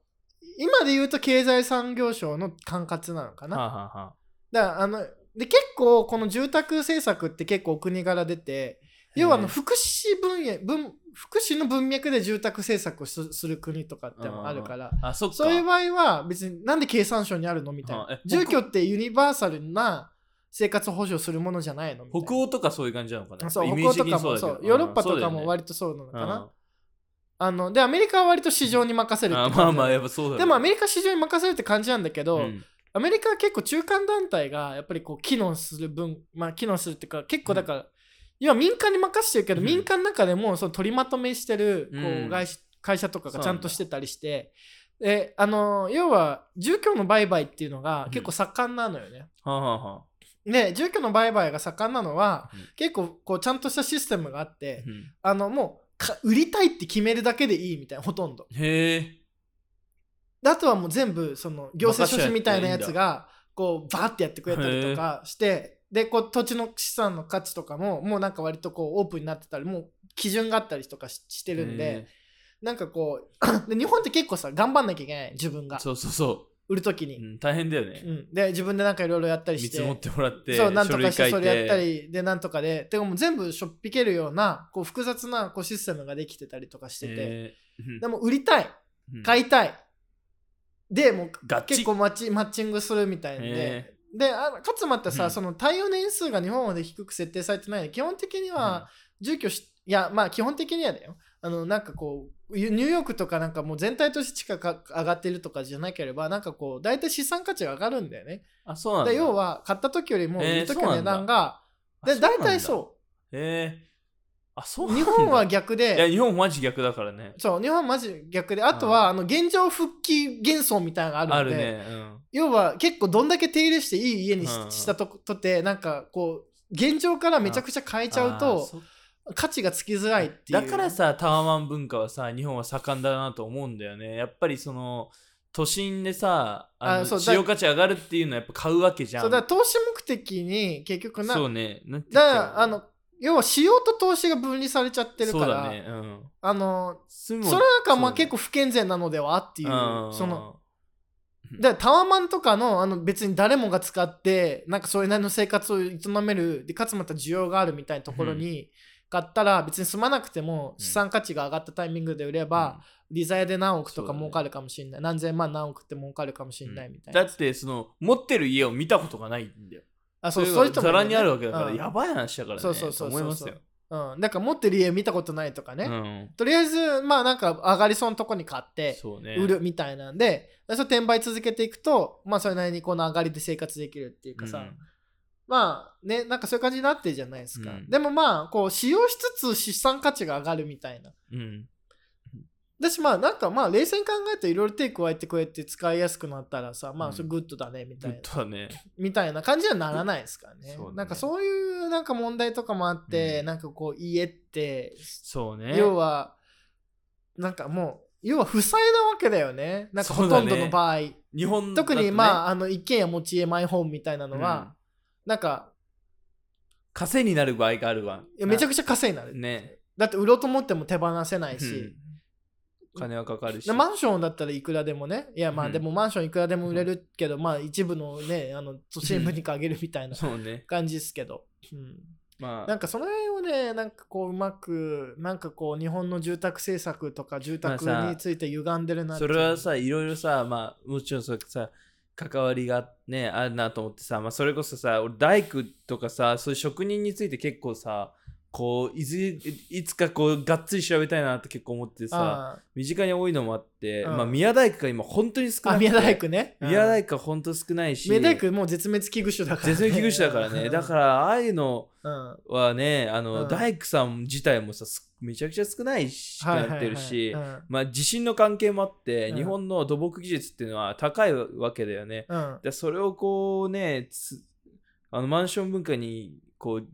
C: 今で言うと経済産業省の管轄なのかな、
B: はあはあはあ
C: だからあので結構この住宅政策って結構お国柄出て要はあの
B: へえ
C: 福祉分野分福祉の文脈で住宅政策をすする国とかってもあるから
B: あそっか
C: そういう場合は別になんで経産省にあるのみたい
B: はあ
C: な
B: え
C: 住居ってユニバーサルな生活保障するものじゃないのみたいな
B: 北欧とかそういう感じなのかな
C: そう
B: イメ
C: 北
B: ー
C: 欧
B: ジ
C: と
B: 的
C: か
B: に
C: も
B: だけ
C: そ
B: ど
C: うヨーロッパとか
B: う
C: も
B: ん
C: 割とそうなのか
B: う
C: なんあのでアメリカは割と市場に任せるって
B: あ
C: 感じ
B: まあまあやっぱそうだよね
C: でもアメリカ市場に任せるって感じなんだけど、
B: うん
C: アメリカは結構中間団体がやっぱりこう機能する分まあ機能するっていうか結構だから、要は民間に任せてるけど、
B: うん
C: 民間の中でもその取りまとめしてるこ
B: う
C: うん外資会社とか
B: そう
C: が
B: な
C: ちゃ
B: んだ
C: んとしてたりして、であの要は住居の売買っていうのが結構盛んなのよね。
B: はあはあは
C: で住居の売買が盛んなのは、
B: うん
C: 結構こうちゃんとしたシステムがあって、
B: あ
C: あ
B: うん
C: のもうか売りたいって決めるだけでいいみたいなほとんど。
B: へえ
C: であとはもう全部その行政書士みたいなやつがこうバーってやってくれたりとかしてでこう土地の資産の価値とかももうなんか割とこうオープンになってたりもう基準があったりとかししてるんでなんかこう [coughs] で日本って結構さ頑張んなきゃいけない自分
B: へえ
C: が
B: そうそうそう
C: 売る時
B: う
C: に、
B: ん大変だよ
C: う
B: ね
C: ん、で自分でなんかいろいろやったり
B: 見
C: して
B: 積もってもらって
C: そうなんと
B: 書
C: か
B: 類
C: して
B: 書
C: そ
B: い
C: れやった
B: て
C: りでなんとかででももう全部しょっぴけるようなこう複雑なこうシステムができてたりとかしてて、
B: へえ
C: でも売りたい
B: うん
C: 買いたいでもう
B: ガチ
C: 結構マッチマッチングするみたいんで
B: へ。
C: であかつまたさ、
B: うん
C: その対応年数が日本まで低く設定されてないので基本的には住居し、いやまあ基本的にはだよあのなんかこうニューヨークとかなんかもう全体として地価が上がってるとかじゃなければなんかこう大体資産価値が上がるんだよね
B: あそうなんだ
C: で要は買った時よりも
B: えー
C: 売る時の値段が、
B: あ
C: で大体
B: う
C: そ
B: なんだへえあそう
C: う
B: なん
C: 日
B: だ
C: 本は逆
B: いや
C: で
B: 日本マジ逆だからね
C: そう日本はマジ逆であとはあの現状復帰幻想みたいなのがあ
B: あ
C: るん
B: る
C: で
B: ねうん
C: 要は結構どんだけ手入れしていい家にし,、
B: うんうん
C: たとことてなんかこう現状からめちゃくちゃ変えちゃう
B: あ
C: と
B: そっか
C: 価値がつきづらいっていう
B: だからさタワマン文化はさ日本は盛んだなと思うんだよねやっぱりその都心でさあ
C: あ
B: の
C: そうだ
B: 使用価値上がるっていうのはやっぱ買うわけじゃん
C: そうだから投資目的に結局な
B: そうねなってきち
C: だ
B: ゃ
C: か
B: う
C: らあの要は使用と投資が分離されちゃってるから
B: そうだねうん
C: あの
B: 住む
C: それなんかまあ
B: そうね
C: 結構不健全なのではっていう
B: うん
C: そのだからタワマンとかのあの別に誰もが使ってなんかそれなりの生活を営めるでかつまた需要があるみたいなところに買ったら別に住まなくても資産価値が上がったタイミングで売れば、リザヤで何億とか
B: そうだね
C: 儲かるかもしれない、何千万何億って儲かるかもしれないみたいな、
B: だってその持ってる家を見たことがないんだよ
C: あ
B: そ
C: そう
B: れ
C: そういう
B: が
C: 人
B: ざらにあるわけだから、
C: うん
B: やばい話だからね
C: そうそうそうそう
B: と思いますよ、
C: うん、なんか持ってる家見たことないとかね、
B: うん、
C: とりあえずまあなんか上がりそうなとこに買って
B: そうね
C: 売るみたいなんで、それ転売続けていくとまあそれなりにこの上がりで生活できるっていうかさ、
B: うん
C: まあねなんかそういう感じになってるじゃないですか、
B: うん
C: でもまあこう使用しつつ資産価値が上がるみたいな
B: うん
C: だしまあなんかまあ冷静に考えていろいろ手加えてこうやって使いやすくなったらさま
B: う
C: あ
B: ん
C: それグッドだねみた
B: グ
C: いな
B: ッ、ドだね。
C: みたいな感じにはならないですからね
B: そうだね
C: なんかそういうなんか問題とかもあって、
B: うん
C: なんかこう家って
B: そうね。
C: 要はなんかもう要は負債なわけだよねなんかほとんどの場合、
B: 日本
C: 特に
B: あ、
C: まああの一軒家持ち家マイホームみたいなのは、なんか
B: 稼いになる場合があるわ。
C: いやめちゃ
B: く
C: くちゃ稼いになる、
B: ね。
C: だって売ろうと思っても手放せないし、
B: うん金はかかるし。
C: なマンションだったらいくらでもねいやま
B: う
C: あ
B: ん
C: でもマンションいくらでも売れるけど、まあ一部のねあの都心部に限るみたいな
B: そうね。
C: 感じですけど、うん、
B: ま
C: なんかその辺をねなんかこううまくなんかこう日本の住宅政策とか住宅
B: まあさ
C: について歪んでるな
B: あ、
C: ってい
B: そうれはさ、いろいろさ、まあ、もちろんそうさ、関わりがね、あるなと思ってさ、まあ、それこそさ、俺、大工とかさ、そういう職人について結構さ、こういずいつかこうがっつり調べたいなって結構思ってさ
C: あ
B: 身近に多いのもあって、
C: うん
B: まあ、宮大工が今本当に少
C: ああ
B: なくて
C: 宮大工ね
B: 宮
C: 工
B: 大工は本当少ないし
C: 宮大工もう絶滅危惧種だから、、
B: 絶滅危惧種だからねだか
C: [laughs]
B: ららああいうの
C: うん、
B: はねあの、
C: うん
B: 大工さん自体もさすめちゃくちゃ少ないし、
C: はいはいはい
B: なってるし、
C: うん
B: まあ、地震の関係もあって、
C: うん
B: 日本の土木技術っていうのは高いわけだよね
C: うん
B: でそれをこうねつあのマンション文化にこう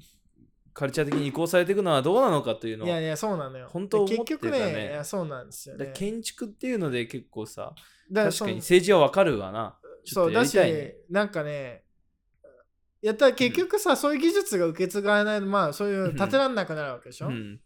B: カルチャー的に移行されていくのはどうなのかというの
C: いやいやそうなのよ
B: 本当思ってた
C: 結
B: ね
C: 局ねいやそうなんですよ
B: で
C: ね
B: 建築っていうので結構さ
C: だら
B: 確
C: そ
B: か
C: の
B: に政治はわかるわなちょ
C: そ
B: っ
C: う
B: とや
C: だ
B: り
C: した
B: いね
C: なんかねやったら結局さ、そういう技術が受け継がれないまあそういう建てられなくなるわけでしょ、
B: うん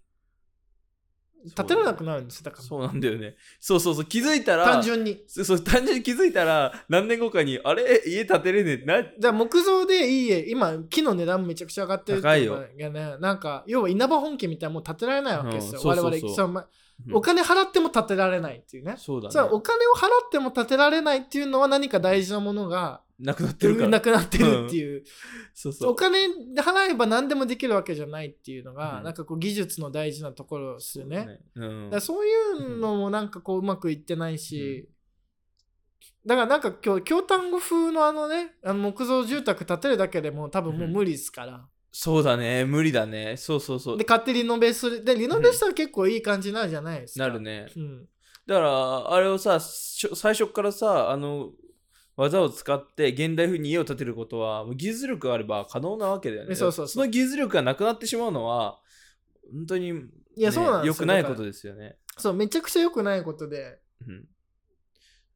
C: 建てられなくなるんですよだから
B: そうなんだよねそうそうそう気づいたら
C: 単純に
B: そう [laughs] そう単純に気づいたら何年後かにあれ家建てれねえな
C: だから木造でいい家今木の値段めちゃくちゃ上がってるって
B: 高いうよ
C: のがねなんか要は稲葉本家みたいなもう建てられないわけですよ、
B: うんそうそうそう
C: 我々そのま
B: うん
C: お金払っても建てられないっていうね
B: そうだね
C: そうお金を払っても建てられないっていうのは何か大事なものが
B: なくなってるから
C: なくなってるっていう、
B: そう
C: お金払えば何でもできるわけじゃないっていうのが、
B: うん
C: なんかこう技術の大事なところですよね。だか
B: うん
C: らそういうのもなんかこううまくいってないし、だからなんか今日京丹後風のあのねあの木造住宅建てるだけでも多分もう無理ですから、
B: そうだね無理だねそうそうそう
C: で勝手にリノベするでリノベしたら結構いい感じになるじゃないですか。
B: なるね
C: うん、
B: だからあれをさしょ最初っからさあの技を使って現代風に家を建てることはもう技術力があれば可能なわけだよね
C: そうそうそう
B: の技術力がなくなってしまうのは本当に、ね、
C: いやそうなんですよ
B: 良くないこ
C: だか
B: とですよね、
C: らそうめちゃくちゃ良くないことで
B: うん、
C: なん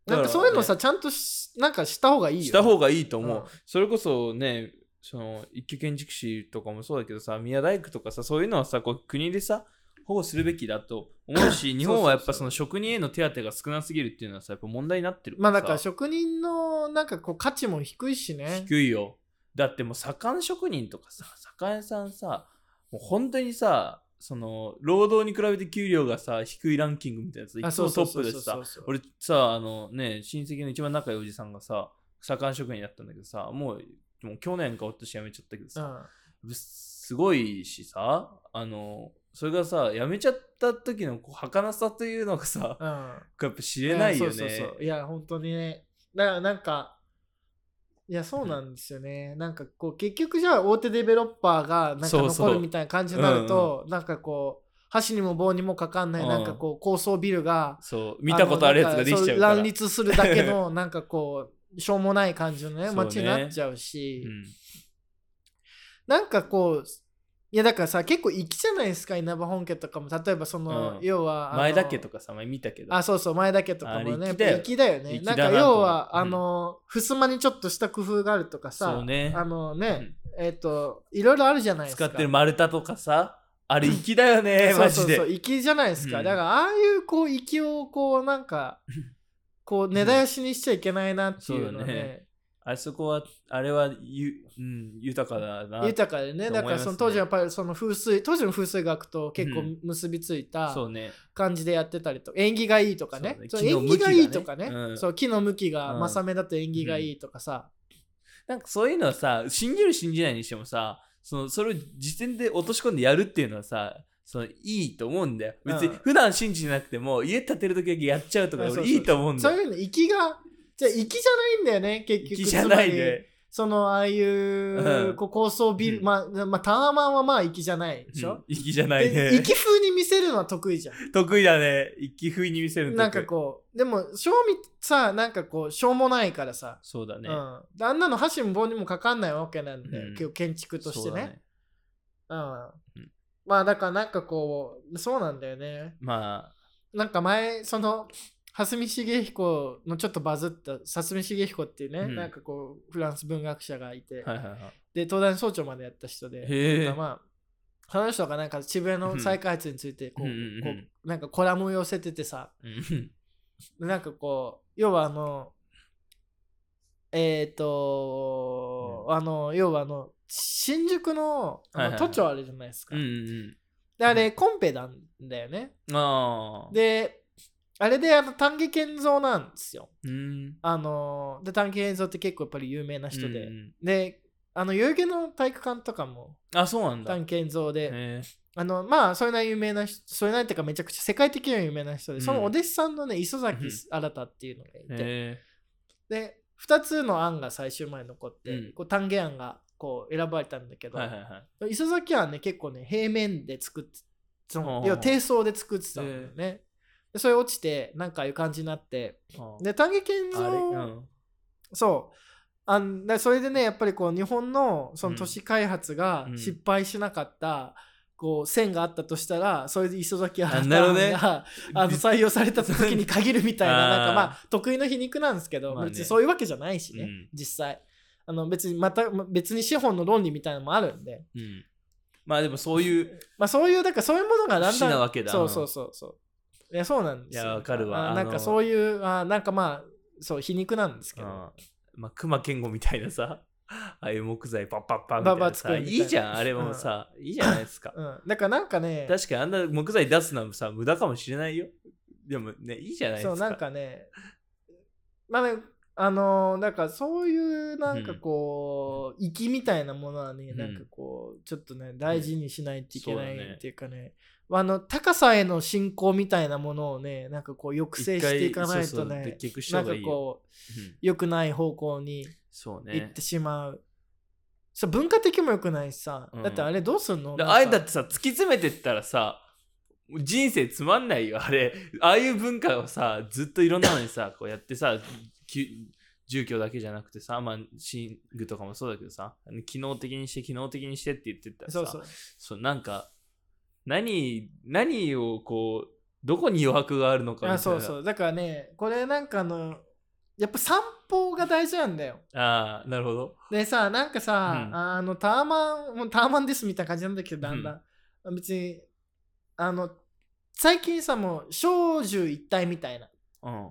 B: だ
C: からそういうのさ、
B: ね
C: ちゃんとしなんかした方がいいよ。
B: した方がいいと思う、
C: うん
B: それこそねその一級建築士とかもそうだけどさ宮大工とかさそういうのはさこう国でさ保護するべきだと思
C: [coughs]
B: うし日本はやっぱその職人への手当が少なすぎるっていうのはさやっぱ問題になってる
C: まあだ
B: さ
C: から職人のなんかこう価値も低いしね。
B: 低いよだってもう左官職人とかさ左官さんさもう本当にさその労働に比べて給料がさ低いランキングみたいなやつい
C: あ
B: つもトップだ
C: そ
B: しさ
C: うそうそうそう
B: 俺さあのね親戚の一番仲良いおじさんがさ左官職人だったんだけどさもうもう去年かおとし辞めちゃったけど
C: う
B: さ、
C: ん
B: すごいしさあのそれがさ辞めちゃった時のこう儚さというのがさ [laughs]
C: うん
B: やっぱ知れないよ
C: や
B: ね
C: そうそうそういや本当にねだからなんかいやそうなんですよね、なんかこう結局じゃあ大手デベロッパーがなんか
B: そうそう
C: 残るみたいな感じになるとなんかこう箸にも棒にもかかんない、
B: うん
C: なんかこう高層ビルが
B: そう見たことあるやつができちゃうから
C: あのなんかそう乱立するだけのなんかこうしょうもない感じのね
B: [laughs] そうね
C: 街になっちゃうし
B: うん
C: なんかこういやだからさ結構粋じゃないですか稲葉本家とかも例えばその、
B: うん
C: 要はあの
B: 前だけとかさ前見たけど
C: あ、そうそう、前だけとかも
B: あれ
C: ね、
B: 粋だよ
C: 粋だよね。
B: 粋
C: な
B: だ
C: ん
B: な
C: か要は、
B: と思
C: あ
B: う
C: の、襖にちょっとした工夫があるとか
B: そ
C: さ
B: う、ね
C: あの
B: う
C: ね
B: ん、
C: えっと、いろいろあるじゃないです
B: 使
C: か。
B: ってる丸太とかさあれ粋だよね
C: そう
B: マ
C: そ
B: ジ
C: う
B: で
C: そう、粋じゃないです
B: う
C: か。
B: ん
C: だから、ああいうこう、粋をこう、なん
B: [laughs]
C: か、こう、根絶やしにしちゃいけないなっていうのは
B: そうだ
C: ね
B: ね、あそこはあれはゆ、うん、豊かだな
C: 豊かでね、だからそ
B: 思います
C: の
B: ね
C: 当時はやっぱりその風水、当時の風水学と結構
B: うん
C: 結びついた、
B: そうね
C: 感じでやってたりと縁起がいいとかね
B: そうね
C: そう縁
B: 木
C: 起が
B: の向きがね
C: いいとかね
B: うん
C: そう木の向きが
B: うん
C: 正目だと縁起がいいとかさ、
B: なんかそういうのはさ信じる信じないにしてもさそのそれを実践で落とし込んでやるっていうのはさそのいいと思うんだよ別に
C: うん
B: 普段信じなくても家建てる時だけやっちゃうとか
C: うんそうそ
B: 俺
C: うそう
B: いいと思うんだ
C: そう
B: よ
C: いうの粋がじゃあ粋じゃないんだよね結局
B: 粋じゃない
C: つまり
B: で
C: そのああいううんこう高層ビル、
B: うん
C: まあ、まあ、タワマンはまあ粋じゃないでし
B: うん
C: ょ、
B: 粋じゃない
C: で
B: ね。
C: 粋風に見せるのは得意じゃん。
B: 得意だね。粋風に見せるの得意
C: なんかこう、でも、賞味さ、なんかこう、しょうもないからさ、
B: そうだね。
C: うん、であんなの箸も棒にもかかんないわけなんで、
B: うん
C: けど建築として
B: そう
C: ね
B: だ。
C: うん
B: ん
C: まあ、だからなんかこう、そうなんだよね。
B: ま
C: なんか前その蓮見茂彦のちょっとバズった蓮見茂彦っていうね、
B: うん
C: なんかこうフランス文学者がいて、
B: あ、はいはいはい。
C: で東大の総長までやった人で
B: へえ
C: なんかまあその人がなんか渋谷の再開発についてこう,、
B: うんうんうん
C: こうなんかコラムを寄せててさ
B: うん
C: なんかこう要はあのえっ、と、あの要はあの新宿のあの
B: はいはいは
C: 都
B: い
C: 庁あるじゃないですか、
B: うんうん
C: であれコンペなんだよね
B: うん。ああ。、
C: であれであの丹下健三なんですよ
B: うん。
C: あのーで丹下健三って結構やっぱり有名な人
B: う
C: で、
B: ん
C: であの代々木の体育館とかも
B: あ、そうなんだ。
C: 丹下健三で、
B: へえ
C: あのまあそれなり有名な人それなりっていうかめちゃくちゃ世界的には有名な人で、
B: うん
C: そのお弟子さんのね磯
B: う
C: 崎
B: ん
C: 新っていうのがいて、
B: へ
C: で2つの案が最終前に残って、
B: うん
C: こう丹下案がこう選ばれたんだけ
B: え
C: ど、
B: はいはいはい。
C: 磯崎はね結構ね平面で作ってそ
B: ほうほ
C: の
B: う
C: 要は低層で作ってたんだよね、でそれ落ちてなんかああいう感じになって
B: あ
C: で丹下健
B: あれう
C: 三
B: ん。
C: そうあんでそれでねやっぱりこう日本のその都市開発が
B: うん
C: 失敗しなかった、こう線があったとしたらそれで磯崎新
B: なるほどね
C: が、あの採用された時に限るみたいな
B: [laughs] あー
C: なんかまあ得意の皮肉なんですけど、
B: まあね
C: 別にそういうわけじゃないしね、
B: うん
C: 実際あの別にまた別に資本の論理みたいなのもあるんで、
B: うんまあでもそういう、
C: まあそういうだからそういうものがだん
B: 節
C: だん
B: なわけだ
C: そうそうそうそういやそうなんですよ
B: いやわかるわ
C: あ
B: あの
C: なんかそういうあなんかまあそう皮肉なんですけど、
B: あまあ、熊健吾みたいなさ、 [laughs] ああいう木材パッパッパッみ
C: バ
B: たい
C: バ
B: な
C: 作
B: さ、
C: る
B: い
C: みたいない
B: じゃん、あれもさ、いいじゃない
C: [laughs]
B: ですか。
C: うん、だからなんかね
B: 確かにあんな木材出すのはさ、無駄かもしれないよ。でもね、いいじゃないで
C: そ
B: すか。
C: うなんかねまあねあのーなんかそういうなんかこう粋、みたいなものはね
B: うん
C: なんかこうちょっとね大事にしないといけない
B: そうだね
C: っていうかね,、あの高さへの信仰みたいなものをねなんかこう抑制していかない
B: 一回そ
C: と
B: うそう
C: ね
B: 結局した
C: な
B: 方
C: んか
B: がいいよ
C: こう
B: うん
C: 良くない方向に
B: そう
C: 行っ
B: ね
C: て。しまう、そう文化的も良くないしさ、
B: うん
C: だってあれどうすんの
B: で
C: なんか
B: あれだってさ、突き詰めてったらさ、人生つまんないよ、あれ。ああいう文化をさ、ずっといろんなのにさ、こうやってさ、き住居だけじゃなくてさ、まあ、寝具とかもそうだけどさ、機能的にして、機能的にしてって言ってったらさ、
C: そうそう
B: そうなんか何何をこうどこに余白があるのかみたいな
C: あそうそうだからねこれなんかあのやっぱ散歩が大事なんだよ
B: あーなるほど
C: でさなんかさ、
B: うん
C: あのターマンもうターマンですみたいな感じなんだけどだんだん、別にあの最近さもう小獣一体みたいな
B: うん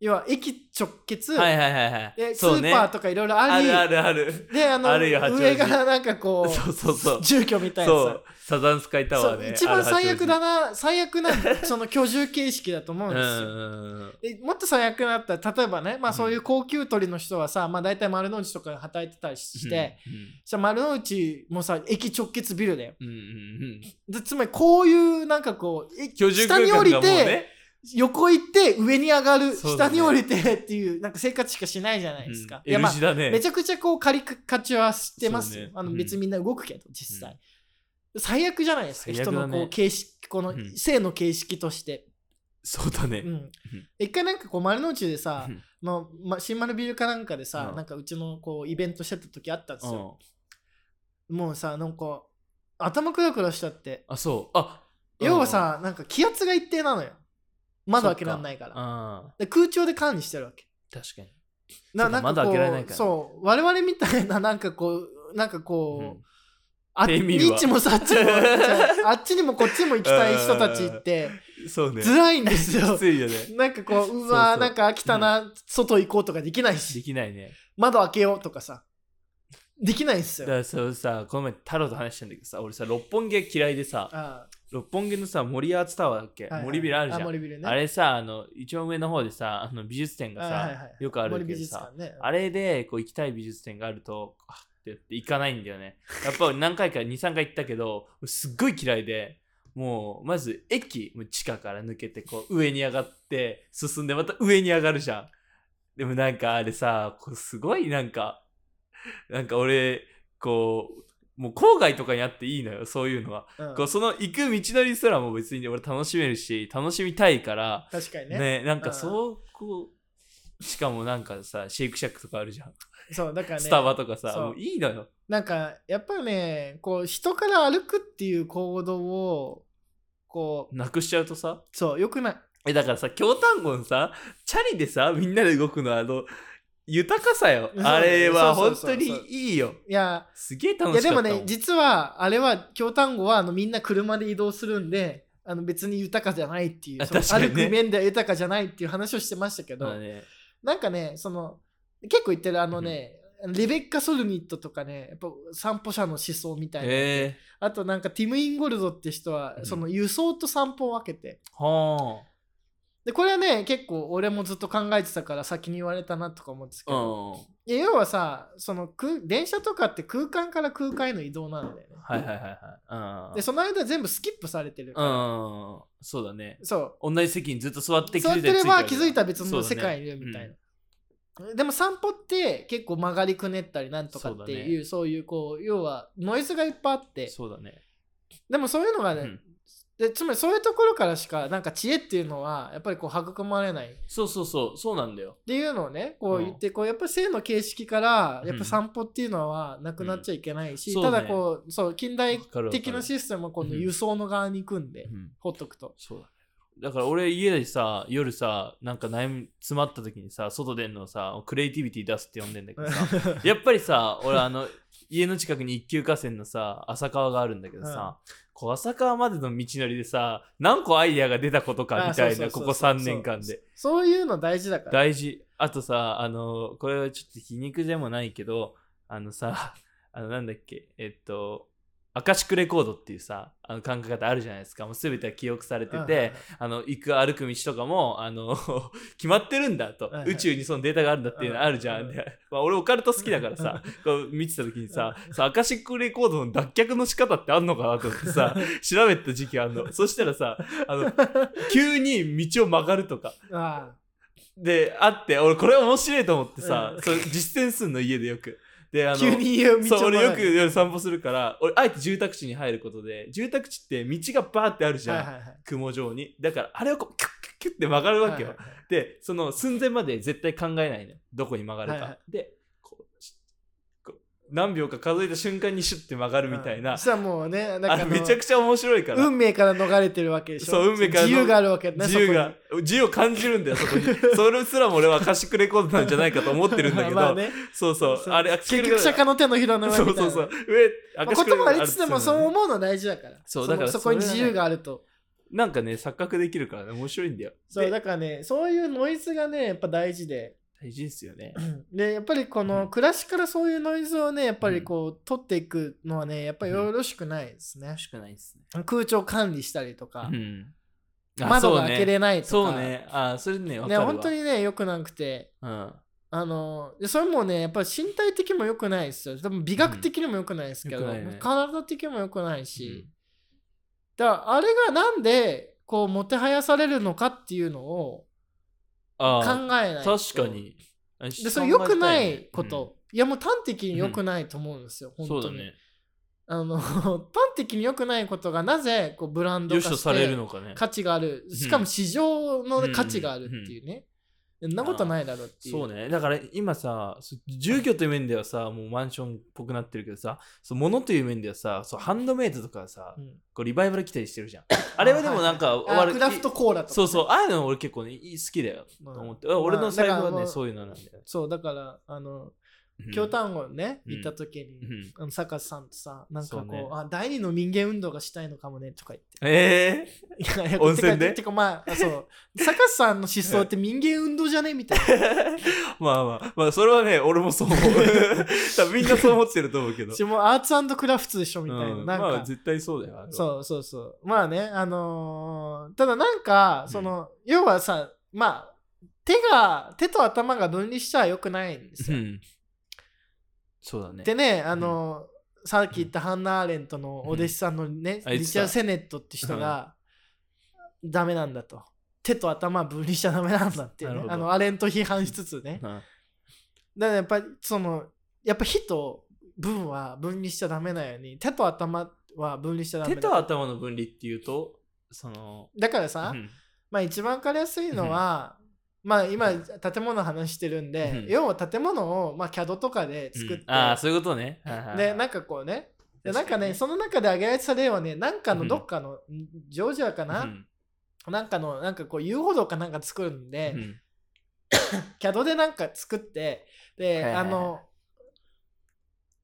C: 要は駅直結、
B: はいはいはいはい
C: でス
B: そう
C: ー
B: ね
C: パーとかいろいろあ
B: あ
C: り
B: るあるある
C: であの
B: あるよ八王子
C: 上がなんかこう
B: [laughs] そうそう
C: [laughs]
B: そう
C: 住居みたいな
B: そ
C: さ
B: うサザンスカイタ
C: そ
B: ワー
C: う
B: ね
C: 一番最悪だ
B: な
C: な最悪なその居住形式だと思うん
B: う
C: ですよ、
B: んうんうん
C: でもっと最悪になったら例えばね、まあ、
B: うん
C: そういう高級鳥の人はさ、まあ、大体丸の内とかで働いてたりして、じゃ丸の内もさ駅直結ビルだよ
B: うんうんうんうん
C: でつまりこういうなんかこうえ
B: 居住空間
C: 下
B: が
C: に
B: も
C: 降
B: う
C: りて
B: ね
C: 横行って上に上がる、
B: そうだ
C: 下
B: ね
C: に降りてっていうなんか生活しかしないじゃないですか、
B: うん
C: いや
B: L
C: まあ
B: 字だね
C: めちゃくちゃこうカリカチュアしてますよ、
B: そうね
C: あの
B: うん
C: 別にみんな動くけど実際、最悪じゃないですか、
B: 最悪
C: 人
B: だね
C: のこう形式この
B: うん
C: 性の形式として、
B: そうだね
C: うん一回なんかこう丸の内でさ
B: うん
C: の、ま、新丸ビルかなんかでさ、
B: うん
C: なんかうちのこうイベントしてた時あったんです
B: うん
C: よ、もうさなんか頭クラクラしちゃって
B: あそうあ
C: 要はさ、なんか気圧が一定なのよ窓開けられないから
B: あ
C: で空調で管理してるわけ
B: 確かに
C: な
B: そうか
C: なんかこう
B: 窓開けられないから
C: そう我々みたいななんかこうなんかこう、
B: うん
C: あ
B: 手見るわ
C: ニッチもサッチも
B: [laughs]
C: あっちにもこっちにも行きたい人たちって
B: そうね
C: ずらいんです
B: き [laughs]
C: よ。
B: つい
C: [laughs]
B: よね
C: なんかこう、う
B: そう
C: わ
B: そ
C: ー
B: う
C: なんか飽きたな、外行こうとかできない
B: で
C: し、
B: きないね
C: 窓開けようとかさ、できないんす
B: だ
C: よ
B: か。らそうさこの前太郎と話したんだけどさ俺さ六本木嫌いでさ
C: あ
B: 六本木のさ森アーツタワーだっけ、
C: ーはいはい
B: 森ビルあるじゃんあ,、
C: 森ビルね。
B: れさあの一番上の方でさあの美術展がさ、
C: はいはいはい
B: よくある
C: 森
B: け
C: 美
B: ど
C: 術
B: さ
C: 館ね。
B: あれでこう行きたい美術展があるとあってやって行かないんだよねやっぱ何回か23回行ったけど俺すっごい嫌いでもうまず駅もう地下から抜けてこう上に上がって進んでまた上に上がるじゃんでもなんかあれさこうすごいなんかなんか俺こうもう郊外とかにあっていいのよそういうのは、
C: うん
B: こうその行く道のりすらも別に俺楽しめるし楽しみたいから
C: 確かにね
B: ねなんか
C: うん
B: そうこうしかもなんかさシェイクシャックとかあるじゃん、
C: そうだからね
B: スタバとかさ
C: そう
B: もういいのよ
C: なんかやっぱりねこう人から歩くっていう行動をこう
B: なくしちゃうとさ
C: そうよくない
B: えだからさ京丹後のさチャリでさみんなで動くのあの豊かさよ
C: そう
B: あれは
C: そう
B: 本
C: そうそ
B: 当
C: う
B: にいいよ
C: いや
B: すげえ
C: い
B: 楽
C: や
B: しか
C: で
B: ったも
C: も
B: ん
C: ね実はあれは京丹後はあのみんな車で移動するんであの別に豊かじゃないっていう
B: あ
C: その
B: 確かにね
C: 歩く面では豊かじゃないっていう話をしてましたけど、
B: まあね
C: なんかねその結構言ってるあのね、レベッカ・ソルニットとかねやっぱ散歩者の思想みたいな、
B: え
C: あとなんかティム・インゴルドって人は
B: うん
C: その輸送と散歩を分けて
B: ー、は
C: でこれはね結構俺もずっと考えてたから先に言われたなとか思うんですけ
B: あう
C: ど、
B: ん
C: いや要はさその空電車とかって空間から空間への移動なんだよね
B: はいはいはいはいうん
C: でその間全部スキップされてる、
B: うんそうだね
C: そ
B: 同じ席にずっと座っ
C: う
B: て
C: 座っ
B: 気づい
C: て
B: たら
C: れ
B: 着いた
C: ば
B: ら
C: 気づいたら別
B: そ
C: の
B: うだね
C: 世界にいるみたいな、でも散歩って結構曲がりくねったりなんとかっていうそういうこう要はノイズがいっぱいあって
B: そうだね
C: でもそういうのがね、
B: うん
C: でつまりそういうところからしかなんか知恵っていうのはやっぱりこう育まれないっ
B: そうそうそうそうなんだよ
C: ていうのをねこう
B: うん
C: 言って、こうやっぱり性の形式から
B: うん
C: やっぱ散歩っていうのはなくなっちゃいけないし、
B: うん
C: た
B: そう
C: だ
B: ね
C: こうそう近代
B: わかるわかる
C: 的なシステムはこの
B: うん
C: 輸送の側に行くんで、
B: うん
C: ほっとくと。
B: そうだねだから俺家でさ夜さなんか悩み詰まった時にさ外出んのをさクリエイティビティ出すって呼んでんだけど
C: [laughs]
B: さやっぱりさ俺あの家の近くに一級河川のさ浅川があるんだけどさ、こう浅川までの道のりでさ何個アイデアが出たことかみたい
C: あそう
B: な
C: そう
B: こ
C: そう
B: こ3年間で
C: そういうの大事だから。
B: 大事あとさあのこれはちょっと皮肉でもないけどあのさ [laughs] あのなんだっけえっとアカシックレコードっていうさあの考え方あるじゃないですかもう全ては記憶されてて、あの行く歩く道とかもあの [laughs] 決まってるんだと、
C: はいはい
B: 宇宙にそのデータがあるんだっていうのあるじゃん、
C: うんうん
B: でまあ、俺オカルト好きだからさこう見てた時にささアカシックレコードの脱却の仕方ってあんのかなと思ってさ調べた時期あんのそしたらさあの急に道を曲がるとか
C: あ
B: であって俺これ面白いと思ってさ、
C: うん
B: それ実践すんの家でよく。であ
C: あ
B: の
C: 急に言う道
B: そう
C: を
B: 俺
C: 曲
B: よ
C: が
B: く
C: る
B: 夜散歩するから俺あえて住宅地に入ることで住宅地って道がバーってあるじゃん、
C: はいはいはい
B: 雲状にだからあれをこうキュッキュッキュッって曲がるわけよ、
C: はいはいはい
B: でその寸前まで絶対考えないのよどこに曲がるか、
C: はいは
B: でこうしこう何秒か数えた瞬間にシュッて曲がるみたいな、
C: うんそしたらもうね、なんか
B: あ
C: あ
B: れ
C: の
B: めちゃくちゃ面白いから、
C: 運命から逃れてるわけでしょ。
B: そう運命からの
C: 自由があるわけだね。
B: 自由が自由を感じるんだよそ
C: [laughs]
B: こにそれすらも俺はアカシックレコードなんじゃないかと思っ
C: そこ
B: て
C: に
B: るんだけ
C: [laughs]
B: ど、
C: まあね、
B: そうそう
C: そう
B: あれアカシッ
C: 結
B: クレコ
C: 局
B: ード
C: 釈迦の手のひらの上みたい
B: そ
C: な
B: うそうそう上ア
C: ま
B: カ
C: あ
B: シックレ
C: 言葉
B: コード
C: は言いつつでもそう
B: あるっつってんのね
C: 思うの大事だから。
B: そうだから
C: そのそこに
B: それは
C: 自
B: ね
C: 由があると。
B: なんかね錯覚できるからね面白いんだよ
C: そう
B: で
C: だからね、そういうノイズがね、やっぱ大事で。 [clears throat]
B: 大事ですよね
C: で、やっぱりこ
B: う
C: の
B: ん
C: 暮らしからそういうノイズをね、やっぱりこう、取っていくのはね、やっぱりよろしくないですね
B: 楽。しくないですね
C: 空調管理したりとか
B: う、んあ
C: 窓が開けれないとか。
B: そうねそうねあそれねわか
C: ね、
B: るわ
C: 本当にね、良くなくて。
B: うん
C: あのでそれもねやっぱり身体的も良くないですよでも美学的にも良くないですけど、
B: うん良くないね
C: 体的にも良くないし、だからあれがなんでこうもてはやされるのかっていうのを
B: あ
C: 考
B: あ
C: えないと
B: 確かに
C: でそれ良くないこと、いやもう端的に良くないと思うんですよ、
B: うんそ
C: 本
B: う
C: 当
B: だ
C: に、
B: ね
C: あの [laughs] 端的に良くないことがなぜこうブランド
B: 良
C: 化
B: しと
C: し
B: される
C: て
B: のかね
C: 価値があるしかも市場の価値があるっていうね、そんなことないだろうっていう
B: そうねだから今さそ住居という面ではさもうマンションっぽくなってるけどさそう物という面ではさそうハンドメイドとかさ
C: うん
B: こうリバイバル来たりしてるじゃんあれはでもなんか
C: あ
B: 悪い
C: クラフトコーラとかね、
B: そうそうああいうの俺結構ねいい好きだよと思って、俺の財布
C: まあ
B: は
C: だから
B: ねそういうのなんだよね
C: そうだからあの
B: うん
C: 京丹後にね、
B: うん
C: 行った時に、
B: うん
C: あの坂瀬さんとさなんかこ
B: そう
C: う
B: ね
C: あ第二の民間運動がしたいのかもねとか言
B: [laughs]
C: って
B: え
C: いやいや
B: 温泉
C: て
B: で
C: かてかまああそう坂瀬さんの思想って民間運動じゃねみたいな
B: えまあまあまあそれはね俺
C: [laughs]
B: もそう思う多分みんなそう思ってると思うけど
C: 私もアーツクラフトでしょみたいな、
B: うん
C: なんか、
B: まあ絶対そうだよあれは
C: そうそうそうまあねあのーただなんかその、要はさまあ手が手と頭が分離しちゃよくないんです
B: う
C: よ、
B: んそうだね
C: でね、あの、さっき言ったハンナ・アーレントのお弟子さんのね、
B: うんあ言ってた
C: リチャー・セネットって人が、ダメなんだと。手と頭は分離しちゃダメなんだっていうね、
B: なるほど
C: あの、アーレント批判しつつね。
B: うん
C: だからやっぱり、その、やっぱ火と分は分離しちゃダメなように手と頭は分離しちゃダメ
B: 手
C: だ
B: と頭の分離っていうとその、
C: だからさ、
B: うん
C: まあ一番分かりやすいのは、まあ今建物の話してるんで、
B: うん
C: 要は建物を、まあ、CAD とかで作って、
B: うんああそういうことねはいはいはい
C: でなんかこうねでなんかね
B: 確
C: その中で挙げられてた例はねなんかのどっかの、んジョージアか
B: か
C: な、
B: に
C: なんかのなんかこう遊歩道かなんか作るんで、
B: うんうん
C: CAD でなんか作ってで、
B: はいはいはい
C: あの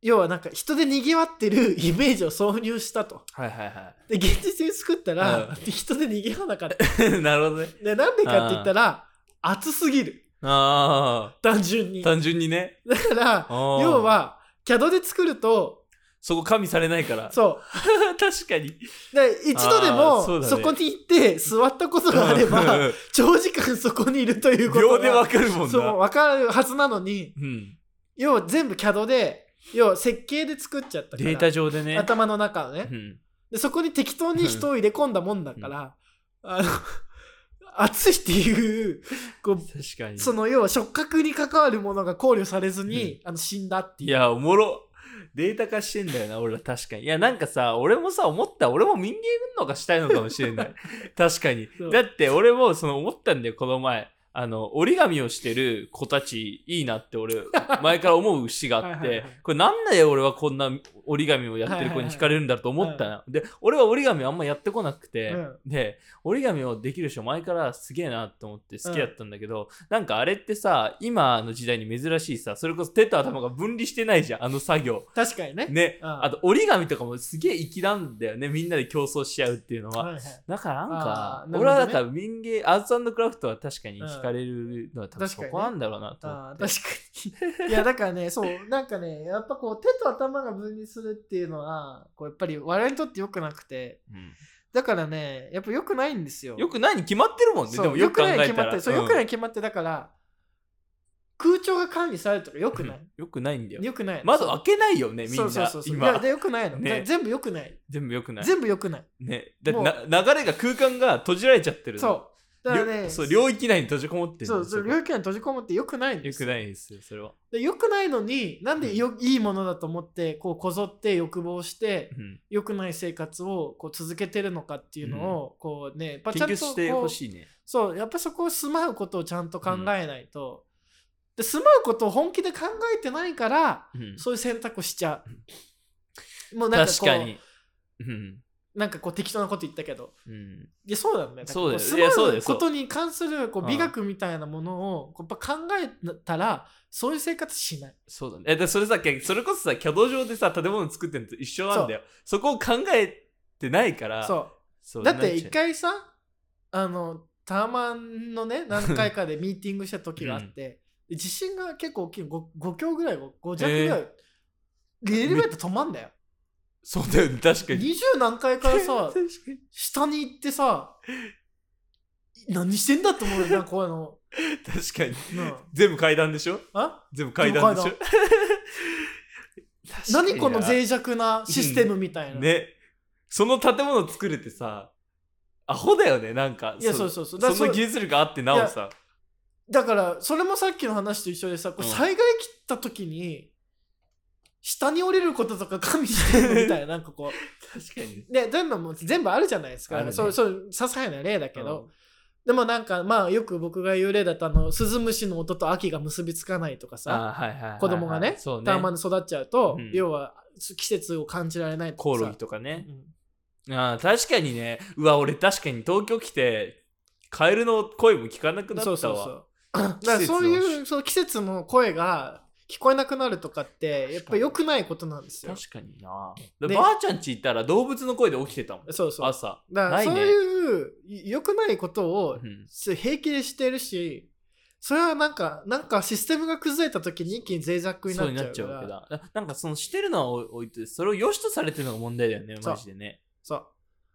C: 要はなんか人でにぎわってる [laughs] イメージを挿入したと
B: はいはいは
C: で現実に作ったら、
B: うん
C: 人でにぎわなかった
B: い [laughs] なるほどね
C: でなんでかって言ったら暑すぎる
B: あ
C: 単純
B: あ
C: [laughs] にだか
B: 単純にね
C: ら要
B: 要
C: は CAD で作ると
B: そこ加味されないから
C: そ
B: [laughs] 確かに
C: うで一度で
B: あーそ
C: も
B: うだね
C: そこに行って座ったことがあれば
B: うん
C: [laughs] 長時間そこにいるということ
B: 秒
C: が
B: でわかるもんな
C: そう分かるはずなのに
B: うん
C: 要は全部 CAD で要は設計で作っちゃったか
B: デ
C: ら
B: ータ上でね
C: 頭の中のね
B: うん
C: でそこに適当に人を入れ込んだもんだから、あの [laughs] 暑いっていうこう
B: 確かに
C: その要は触覚に関わるものが考慮されずに、あの死んだって
B: い
C: いう。
B: やおもろデータ化してんだよな俺ら確かにいやなんかさ俺もさ思った俺も民芸運動がしたいのかもしれない
C: [laughs]
B: 確かに
C: そう
B: だって俺もその思ったんだよこの前あの折り紙をしてる子たちいいなっ
C: [laughs]
B: て俺前から思う節があって
C: はいはいはい
B: これなんで俺はこんな折り紙をやってる子に惹かれるんだろうと思ったな、で俺は折り紙あんまやってこなくて、
C: うん
B: で折り紙をできる人前からすげえなと思って好きだったんだけど、なんかあれってさ今の時代に珍しいさそれこそ手と頭が分離してないじゃんあの
C: [laughs]
B: 作業
C: 確かにね。
B: ね、
C: うん
B: あと折り紙とかもすげえ粋なんだよねみんなで競争し合うっていうのは、
C: はいはい
B: だからなんか
C: あ、ーなるほどね
B: 俺はだから民芸アーツクラフトは確かに惹かれるのは多分
C: 確
B: そ
C: かにね
B: こなんだろうなと思
C: あ
B: っ
C: ー
B: て、
C: 確かに。いやだからね、そう、なんかね、やっぱこう手と頭が分離するっていうのは、こうやっぱり我々にとって良くなくて、だからね、やっぱ良くないんですよ。
B: うんよくないに決まってるもんね
C: そう
B: でもよく考
C: 良ないに
B: え
C: 決ま
B: た
C: っ
B: ら
C: てるそう、良くないに決まって、だから、空調が管理されるとか良くない。
B: よくないんだよ
C: 良くない。
B: 窓開けないよねみんな
C: そうそうそうそう。いや
B: 今
C: で良くないの。
B: ね
C: だ全部良くない。
B: 全部よくない
C: 全部良くない。
B: ね、だってな流れが空間が閉じられちゃってるの
C: そう。だから
B: りょ
C: ね、
B: そう領域内に閉じこもってる
C: そうそう、
B: よ
C: 領域内に閉じこもって良くないんです
B: くないですよそれは、
C: で良くないのになんでよ、いいものだと思ってこうこぞって欲望して
B: うん、
C: 良くない生活をこう続けてるのかっていうのをこうね、やっぱちゃ
B: 研
C: んと
B: 究して
C: こ
B: ほ
C: う
B: しいね
C: そうやっぱそこを住まうことをちゃんと考えないと、で住まうことを本気で考えてないから
B: うん
C: そういう選択をしちゃう。もうなんか
B: 確
C: こ
B: か
C: う
B: にうん、
C: なんかこう適当なこと言ったけど
B: うん、
C: いやそうなんだよ。
B: そうだよ
C: なんかこ
B: いやそ
C: 住
B: うだ
C: ま
B: よ
C: う
B: そう
C: ことに関するこ
B: う
C: うん美学みたいなものをこうやっぱ考えたらそういう生活しない。
B: そうだねえでそれさけそれこそさ挙動上でさ建物作ってるのと一緒なんだよそこを考えてないから
C: そう
B: そう
C: だって
B: なっちゃ
C: 一
B: う
C: 回さあのタワマンの
B: [laughs]
C: ね何回かでミーティングした時があって、地震が結構大きい 5, 5強ぐらい 5, 弱ぐらい、エレベーター止まんだよ
B: そうだよね確かに
C: 二十何回からさ
B: [laughs] 確かに
C: 下に行ってさ何してんだって思うよ
B: [laughs]
C: なんかこうあの
B: 確かに
C: なあ
B: 全部階段でしょ
C: あ
B: 全部階段でしょ
C: 全
B: [laughs] 確かにな
C: 何この脆弱なシステムみたいな、
B: ねその建物作れてさアホだよねなんか
C: いやそうそうそうだか
B: そ
C: ら
B: そ
C: そ
B: の技術力あってなおさ
C: だからそれもさっきの話と一緒でさこう
B: うん
C: 災害来た時に下に降りることとか神してる
B: [laughs]
C: みたいななんかこう
B: 確かに
C: で全部もう全部あるじゃないです
B: あ
C: か、
B: るね
C: そうそう些細な例だけど、でもなんかまあよく僕が言う例だとあのスズムシの音と秋が結びつかないとかさ
B: あはいはいはいはい
C: 子供がね
B: そうね
C: タワマンで育っちゃうと、
B: うん
C: 要は季節を感じられないと
B: コオ
C: かさ
B: ロギとかね
C: う、ん
B: あー確かにねうわ俺確かに東京来てカエルの声も聞かなくなった
C: そう
B: わ
C: そう
B: [laughs]
C: そう。だからそういうそう季節の声が聞こえなくなるとかってやっぱ良くないことなんですよ。
B: 確かになで
C: で
B: ばあちゃんち行ったら動物の声で起きてたもん
C: そうそう。
B: 朝
C: だか
B: な
C: ら
B: いね
C: そういう良くないことを
B: うん
C: そう平気でしてるし、それはなんか、なんかシステムが崩れた時に一気に脆弱に
B: そうにな
C: な
B: っ
C: っ
B: ち
C: ち
B: ゃ
C: ゃ
B: う
C: う
B: わ
C: か
B: け
C: ら。
B: だななんかそのしてるのは置いてそれを良しとされてるのが問題だよね
C: そう
B: マジでね
C: そ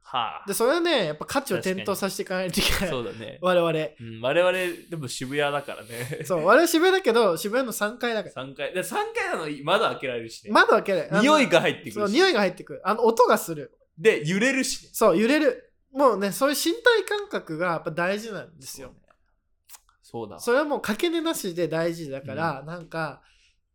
B: はあ
C: う。で、それはね、やっぱ価値を転倒させていかないといけな
B: そ
C: い。
B: うだね、
C: 我々。
B: うん、我々でも渋谷だからね [laughs]
C: そう、我々渋谷だけど、渋谷の3階だから。
B: 3階で3階なのに窓開けられるしね、
C: 窓開けない。あの
B: 匂いが入ってく
C: そう、
B: るし
C: 匂いが入ってくる。あの、音がする。
B: で揺れるしね
C: そう、揺れる。もうね、そういう身体感覚がやっぱ大事なんですよ。
B: そうだわ
C: それはもう掛け根なしで大事だから、なんか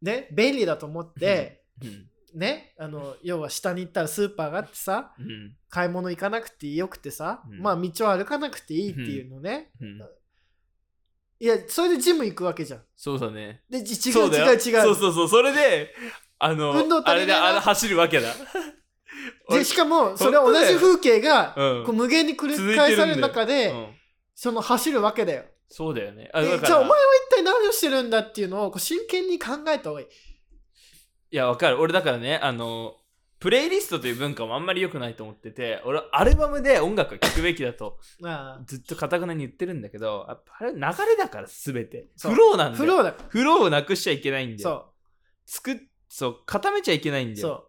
C: ね、便利だと思って、
B: うん
C: ね、あの、要は下に行ったらスーパーがあってさ、
B: うん
C: 買い物行かなくてよくてさ、
B: うん
C: まあ道を歩かなくていいっていうのね。
B: うん
C: いや、それでジム行くわけじゃん。
B: そうだね
C: で、じ違
B: そううだよ
C: 違う違う。
B: そうそうそうそれであの
C: 運動足りな
B: あ
C: い
B: れで
C: な
B: あれ走るわけだ
C: で、しかも、それは同じ風景が、
B: うん
C: こう無限に繰り返される中で、
B: うん
C: その走るわけだよ。
B: そうだよねあ
C: で
B: だ
C: じゃ
B: から
C: あお前は一体何をしてるんだっていうのをこう真剣に考えた方がいい。
B: いや、わかる。俺だからね、あの、プレイリストという文化もあんまり良くないと思ってて、俺はアルバムで音楽を聴くべきだと、
C: あ
B: ずっとかたくなに言ってるんだけど、やっぱあれ流れだから全て。
C: そう
B: フローな
C: あ
B: ん
C: フ
B: だよ。
C: ローだか
B: フローをなくしちゃいけないん
C: ら。
B: だよ。
C: そ
B: 作っ、そう、固めちゃいけないん
C: う。
B: だよ。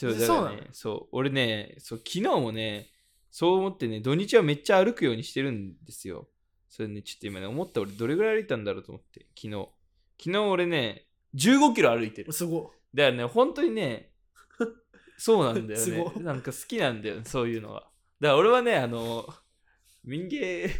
C: そ
B: ちょっとだ
C: そう
B: から
C: なの
B: ね、そう、俺ね、そう、昨日もね、そう思ってね、土日はめっちゃ歩くようにしてるんですよ。それね、ちょっと今ね、思った俺どれぐらい歩いたんだろうと思って、昨日。昨日俺ね、15キロ歩いてる
C: う。。すご
B: だよね本当にねそうなんだ
C: [laughs]
B: よ
C: す
B: ね
C: ごい
B: なんか好きなんだよそういうのがだから俺はねあの
C: [laughs]
B: 民芸
C: い。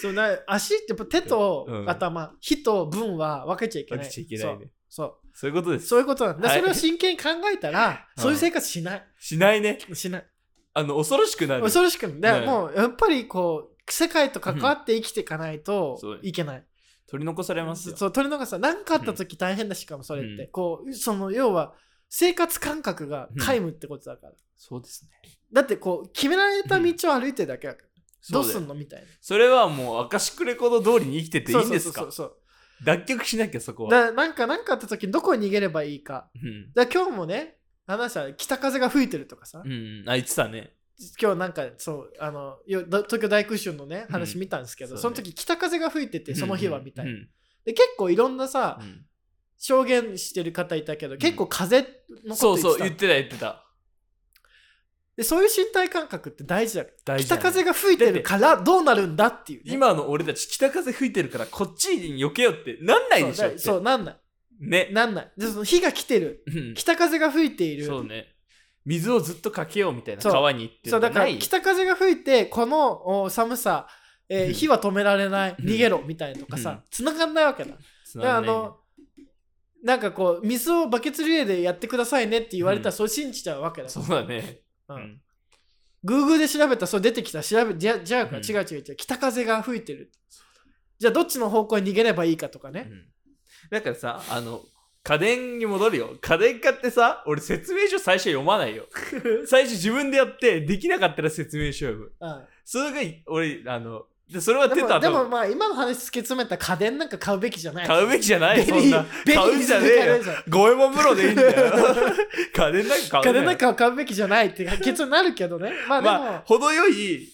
C: そうな足ってやっぱ手と
B: うん
C: 頭、火と分は分けちゃいけ
B: 分
C: ない。
B: けちゃいけないね
C: そう
B: そういうことで
C: そう。
B: す
C: そういうことなんだ。
B: はい
C: それを真剣に考えたら、
B: うん
C: そういう生活しない。
B: しないね
C: しない。
B: あの恐ろしくなる
C: 恐ろしくない。だか
B: ね
C: らもう、やっぱりこう、世界と関わって生きていかないと
B: そう
C: いけない。
B: 取り残されますよ
C: そう鳥のがさ何かあった時大変だししかもそれって、
B: うん
C: こうその要は生活感覚が皆無ってことだから、
B: そうですね
C: だってこう決められた道を歩いてるだけだから、どう
B: そうだ
C: す
B: よ
C: んのみたいな
B: それはもうアカシクレコード通りに生きてていいんで
C: そ
B: す
C: う
B: か
C: そうそう
B: 脱却しなきゃそこ
C: そうだ
B: は、
C: からなんか何かあった時にどこに逃げればいいか
B: うん
C: だから今日もね話したら北風が吹いてるとかさ、
B: うん、あ言ってたね
C: 今日なんかそうあのよど東京大空襲のね話見たんですけど、
B: うん
C: そ
B: そう
C: の
B: ね
C: 時北風が吹いててその日はみたいな、
B: うんうん
C: で結構いろんなさ、
B: うん
C: 証言してる方いたけど結構風のこと言ってたの、
B: そうそう言ってた言ってた
C: でそういう身体感覚って大事だ
B: 大事
C: 北
B: だね
C: 風が吹いてるからどうなるんだっていうね、
B: 今の俺たち北風吹いてるからこっちに避けようってなんないでし
C: そう
B: ょ
C: だ
B: って
C: そうなんない
B: ね
C: なんないでその火が来てる
B: うん
C: 北風が吹いている
B: そうね水をずっとかけようみたいな
C: そう
B: 川に行って
C: そうだから
B: ない
C: 北風が吹いてこのお寒さ、えー
B: うん
C: 火は止められない
B: うん
C: 逃げろみたいなとか
B: うん
C: さ繋がんないわけだだか
B: つ
C: ら
B: ま
C: あ
B: んないね
C: のなんかこう水をバケツリレーでやってくださいねって言われたら
B: う
C: それ信じちゃうわけだ、
B: そうだね
C: う
B: うんん
C: Google で調べたらそれ出てきた調べじゃじゃあから
B: うん
C: 違う違う違う北風が吹いてるじゃあどっちの方向に逃げればいいかとかね、
B: うんだからさあの家電に戻るよ家電買ってさ俺説明書最初読まな
C: [laughs]
B: いよ最初自分でやってできなかったら説明書読む
C: うん
B: それがい俺あのでそれは
C: で
B: 出
C: も
B: た
C: で
B: と
C: もまあ今の話突き詰めた家電なんか買うべきじゃない
B: 買うべきじゃないそ
C: 便
B: ん
C: 利
B: な
C: 便利
B: 買うべきじゃねえよ
C: 便利
B: 五右衛門風呂でいい
C: [laughs]
B: んだよ家電なんか買
C: 家
B: うな
C: 電
B: よ
C: なんか買うべきじゃないって結論になるけど
B: [laughs]
C: ねまあでも、
B: まあ程よい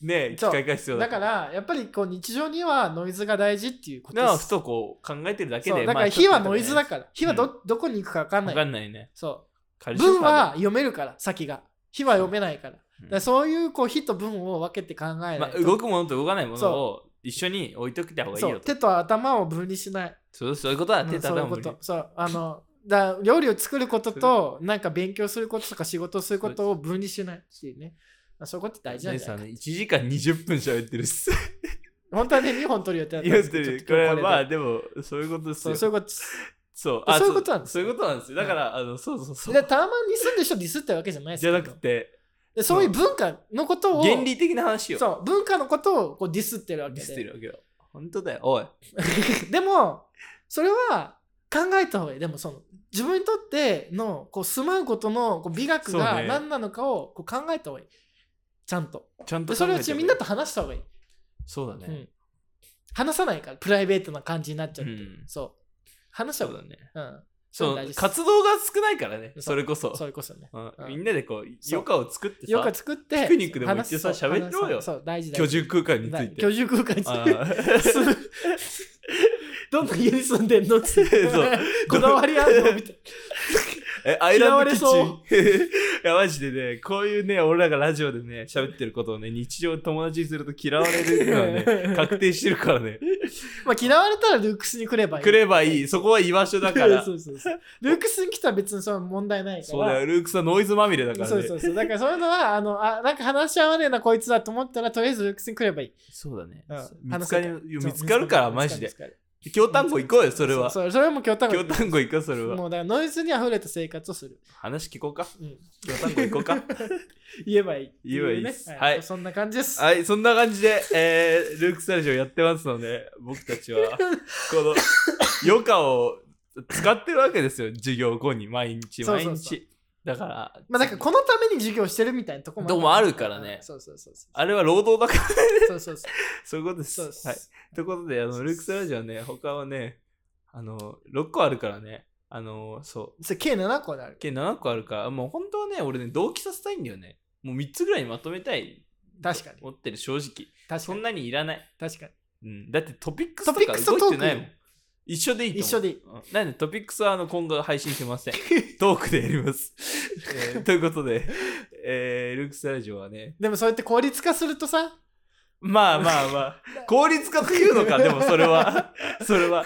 B: ね機
C: そう
B: 械が必要
C: だ
B: だ
C: かららやっぱりこう日常にはノイズが大事っていうこと
B: な
C: で
B: あふ
C: す
B: とこう考えてるだけ
C: そう
B: で
C: だか
B: ま
C: ら
B: あ
C: 火はノイズだ
B: ちょっ
C: から、火はどどこに行くか分かんない
B: とねわかんないね
C: そ
B: カ
C: う
B: ルシウム
C: 文は読めるから先が火は読めないから,、
B: うん
C: だからそういうこう火と文を分けて考えないと、
B: まあ、動くものと動かないものを一緒に置いときた方がいい
C: そう
B: よと
C: 手と頭を分離しない
B: そうそういうことは
C: うん
B: 手た
C: そうい
B: だ
C: うこ
B: も無理
C: とそうあのだ料理を作ることとなんか勉強することとか仕事をすることを分離しないっていうねまあそういうこと大事なん
B: 姉
C: じゃ
B: さ
C: ない
B: ん
C: か
B: ね1時間20分喋ってるっす
C: 本当はね2本取る予定だったん
B: 言
C: で
B: っ
C: す
B: て
C: けど
B: る
C: ち
B: こ
C: ょっと今日
B: れはまあ
C: これで
B: でもそういうことです
C: そう
B: よ
C: そういうこと
B: そう
C: そう
B: あ
C: そういうことなんです
B: そういうことなんですよだからあのそうそうそう
C: でタワマンに住んでる人ディスってわけじゃないです
B: じ
C: け
B: ゃ
C: ど
B: なくて
C: でそういう文化のことを
B: 原理的な話を
C: そう文化のことをこうディスってるわけ
B: ディスって
C: で
B: るわけよ本当だよおい
C: [laughs] でもそれは考えた方がいいでもその自分にとってのこう住まうことのこう美学
B: そう
C: が
B: ね
C: 何なのかをこう考えた方がいいちゃんと
B: ちゃんと
C: で
B: 考
C: そ
B: え
C: れを
B: て
C: ちみんなと話した方がいい、
B: そうだ
C: う
B: ね
C: ん、話さないからプライベートな感じになっち
B: う
C: ゃう、
B: ん
C: そう話した
B: そ
C: 方が
B: う
C: い
B: だ
C: い
B: ね
C: うん
B: そ
C: れ大事
B: う
C: です
B: 活動が少ないからね
C: そう
B: それこそ
C: それこそね
B: うん
C: うん
B: みんなでこう
C: そう
B: 余暇を作って
C: よく
B: さ
C: 作って
B: ピクニックでも行ってさ
C: 話そう
B: 喋ろう
C: 話
B: よ
C: そうそう大事だ
B: 居住空間について
C: 居住空間につ
B: あ
C: [laughs] いて
B: ー
C: どんな家に住んでんのって
B: [laughs] そう
C: [laughs] こだわりあるのみたい
B: え、アイランドキ
C: 嫌
B: ッチン
C: わ。
B: [laughs] いや、マジでね、こういうね、俺らがラジオでね、喋ってることをね、日常友達にすると嫌われるのは
C: [laughs]
B: ね、確定してるからね。
C: な。まあ嫌われたらルックスに来ればいい。
B: くればいい。そこは居場所だか
C: [laughs]
B: ら。
C: そうそうそうルックスに来たら別にその問題ないから。
B: そうだよ、ルークさんノイズまみれだからね。
C: そうそうそうだからそういうのは、あの、あ、なんか話し合わねえな、こいつだと思ったら、とりあえずルックスに来ればいい。
B: そうだね
C: うん
B: 見つかり
C: 話せた
B: 見つかるから、マジで。。
C: そう見つかる
B: 京丹後行こうよそれは
C: そうそれはもう京丹
B: 京
C: 後
B: 丹後行こうそれは
C: もうだからノイズにあふれた生活をする、
B: 話聞こうか
C: うん、
B: 京丹後行こうか
C: 言えばいい
B: 言えばいいっす
C: ね
B: はい
C: そんな感じです、
B: はいそんな感じで、えー、ルークスタジオやってますので僕たちはこの余暇を使ってるわけですよ授業後に毎日
C: そう
B: 毎日
C: そうそう
B: だから
C: まあなんかこのために授業してるみたいなとこも
B: どうもあるからね
C: そうそうそうそ
B: あれは労働だから
C: うそうそうそう
B: そういうことです
C: そうです
B: はいということで、あの、ルークスラジオはね、他はね、あの、6個あるからね、あの、そ
C: それ計7個である
B: う、計7個あるから、もう本当はね、俺ね、同期させたいんだよね。もう3つぐらいにまとめたい。
C: 確かに
B: 思ってる、正直。
C: 確
B: そ
C: か
B: ん
C: に
B: なにいらない。
C: 確かに
B: うん。だってトピックス
C: ト
B: と
C: ピッ
B: か
C: クスと
B: 動いてないもん
C: トー。
B: 一緒でいいと思う
C: 一緒でいい
B: うんなんでトピックスはあの今後配信しません [laughs] トークでやります、えーということで、えールークスラジオはね
C: でもそうやって効率化するとさ
B: まあまあま
C: [laughs]
B: あ効率化というのかでもそれはそれは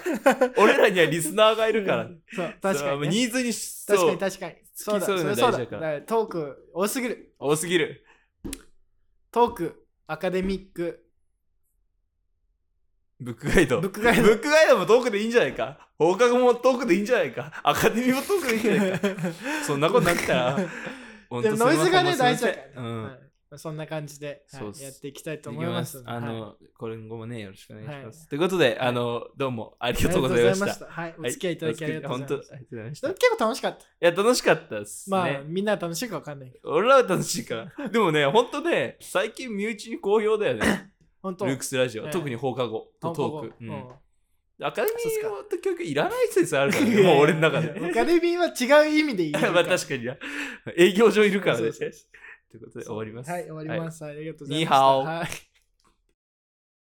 B: 俺らにはリスナーがいるから
C: そう確
B: それ
C: かに
B: はもう
C: ね、
B: ニーズにし
C: 確か
B: そ
C: に
B: う
C: 確かにそうだ
B: そ
C: そう
B: いうの
C: れそうだ
B: 大事だ
C: だ
B: から
C: からトーク多すぎる
B: 多すぎる
C: トークアカデミック
B: ブックガイド
C: ブ
B: ブ
C: ックガイド
B: ックガイドもトークでいいんじゃないか放課後もトークでいいんじゃないかアカデミーもトークでいいんじゃ
C: [laughs]
B: ないかそんなことになったら本
C: で
B: 当
C: もノ
B: すいませ
C: イ
B: ん
C: ズがね
B: すいま
C: 大事
B: せん
C: だから
B: う
C: ね
B: ん、
C: はいまあそんな感じで、はい
B: そうっす
C: やっていきたいと
B: と
C: 思います
B: あ
C: はい
B: の、これ今後もねよろしくお願いします、
C: は
B: ということであのどうもあ
C: あ
B: りがとうございました
C: りがとうございまはいお付き合いいただきありがとうございま
B: 本
C: し
B: 当
C: た
B: ありがとうございまし
C: で
B: た
C: も
B: い
C: 結構楽しかった
B: や楽しかったですね、
C: まあ、みんな楽しいかわかんないけど
B: 俺らは楽しいから。でもね、ほんとね、最近身内に好評だよ
C: [laughs]
B: ね。
C: 本当
B: ルークスラジオ。
C: ええ
B: 特に放課後とトーク。
C: う
B: うんんアカデミ
C: そうっす
B: ー
C: か
B: の教育いらない説あるからね、もう俺の中
C: [laughs]
B: で。
C: アカデミーは違う意味でい
B: [laughs]
C: い。
B: まあ確かにな。営業上いるから
C: そ
B: ね。
C: うそうそう
B: ということで終わります。
C: はい、終わります。はいありがとうございます。
B: ニーハオ
C: はい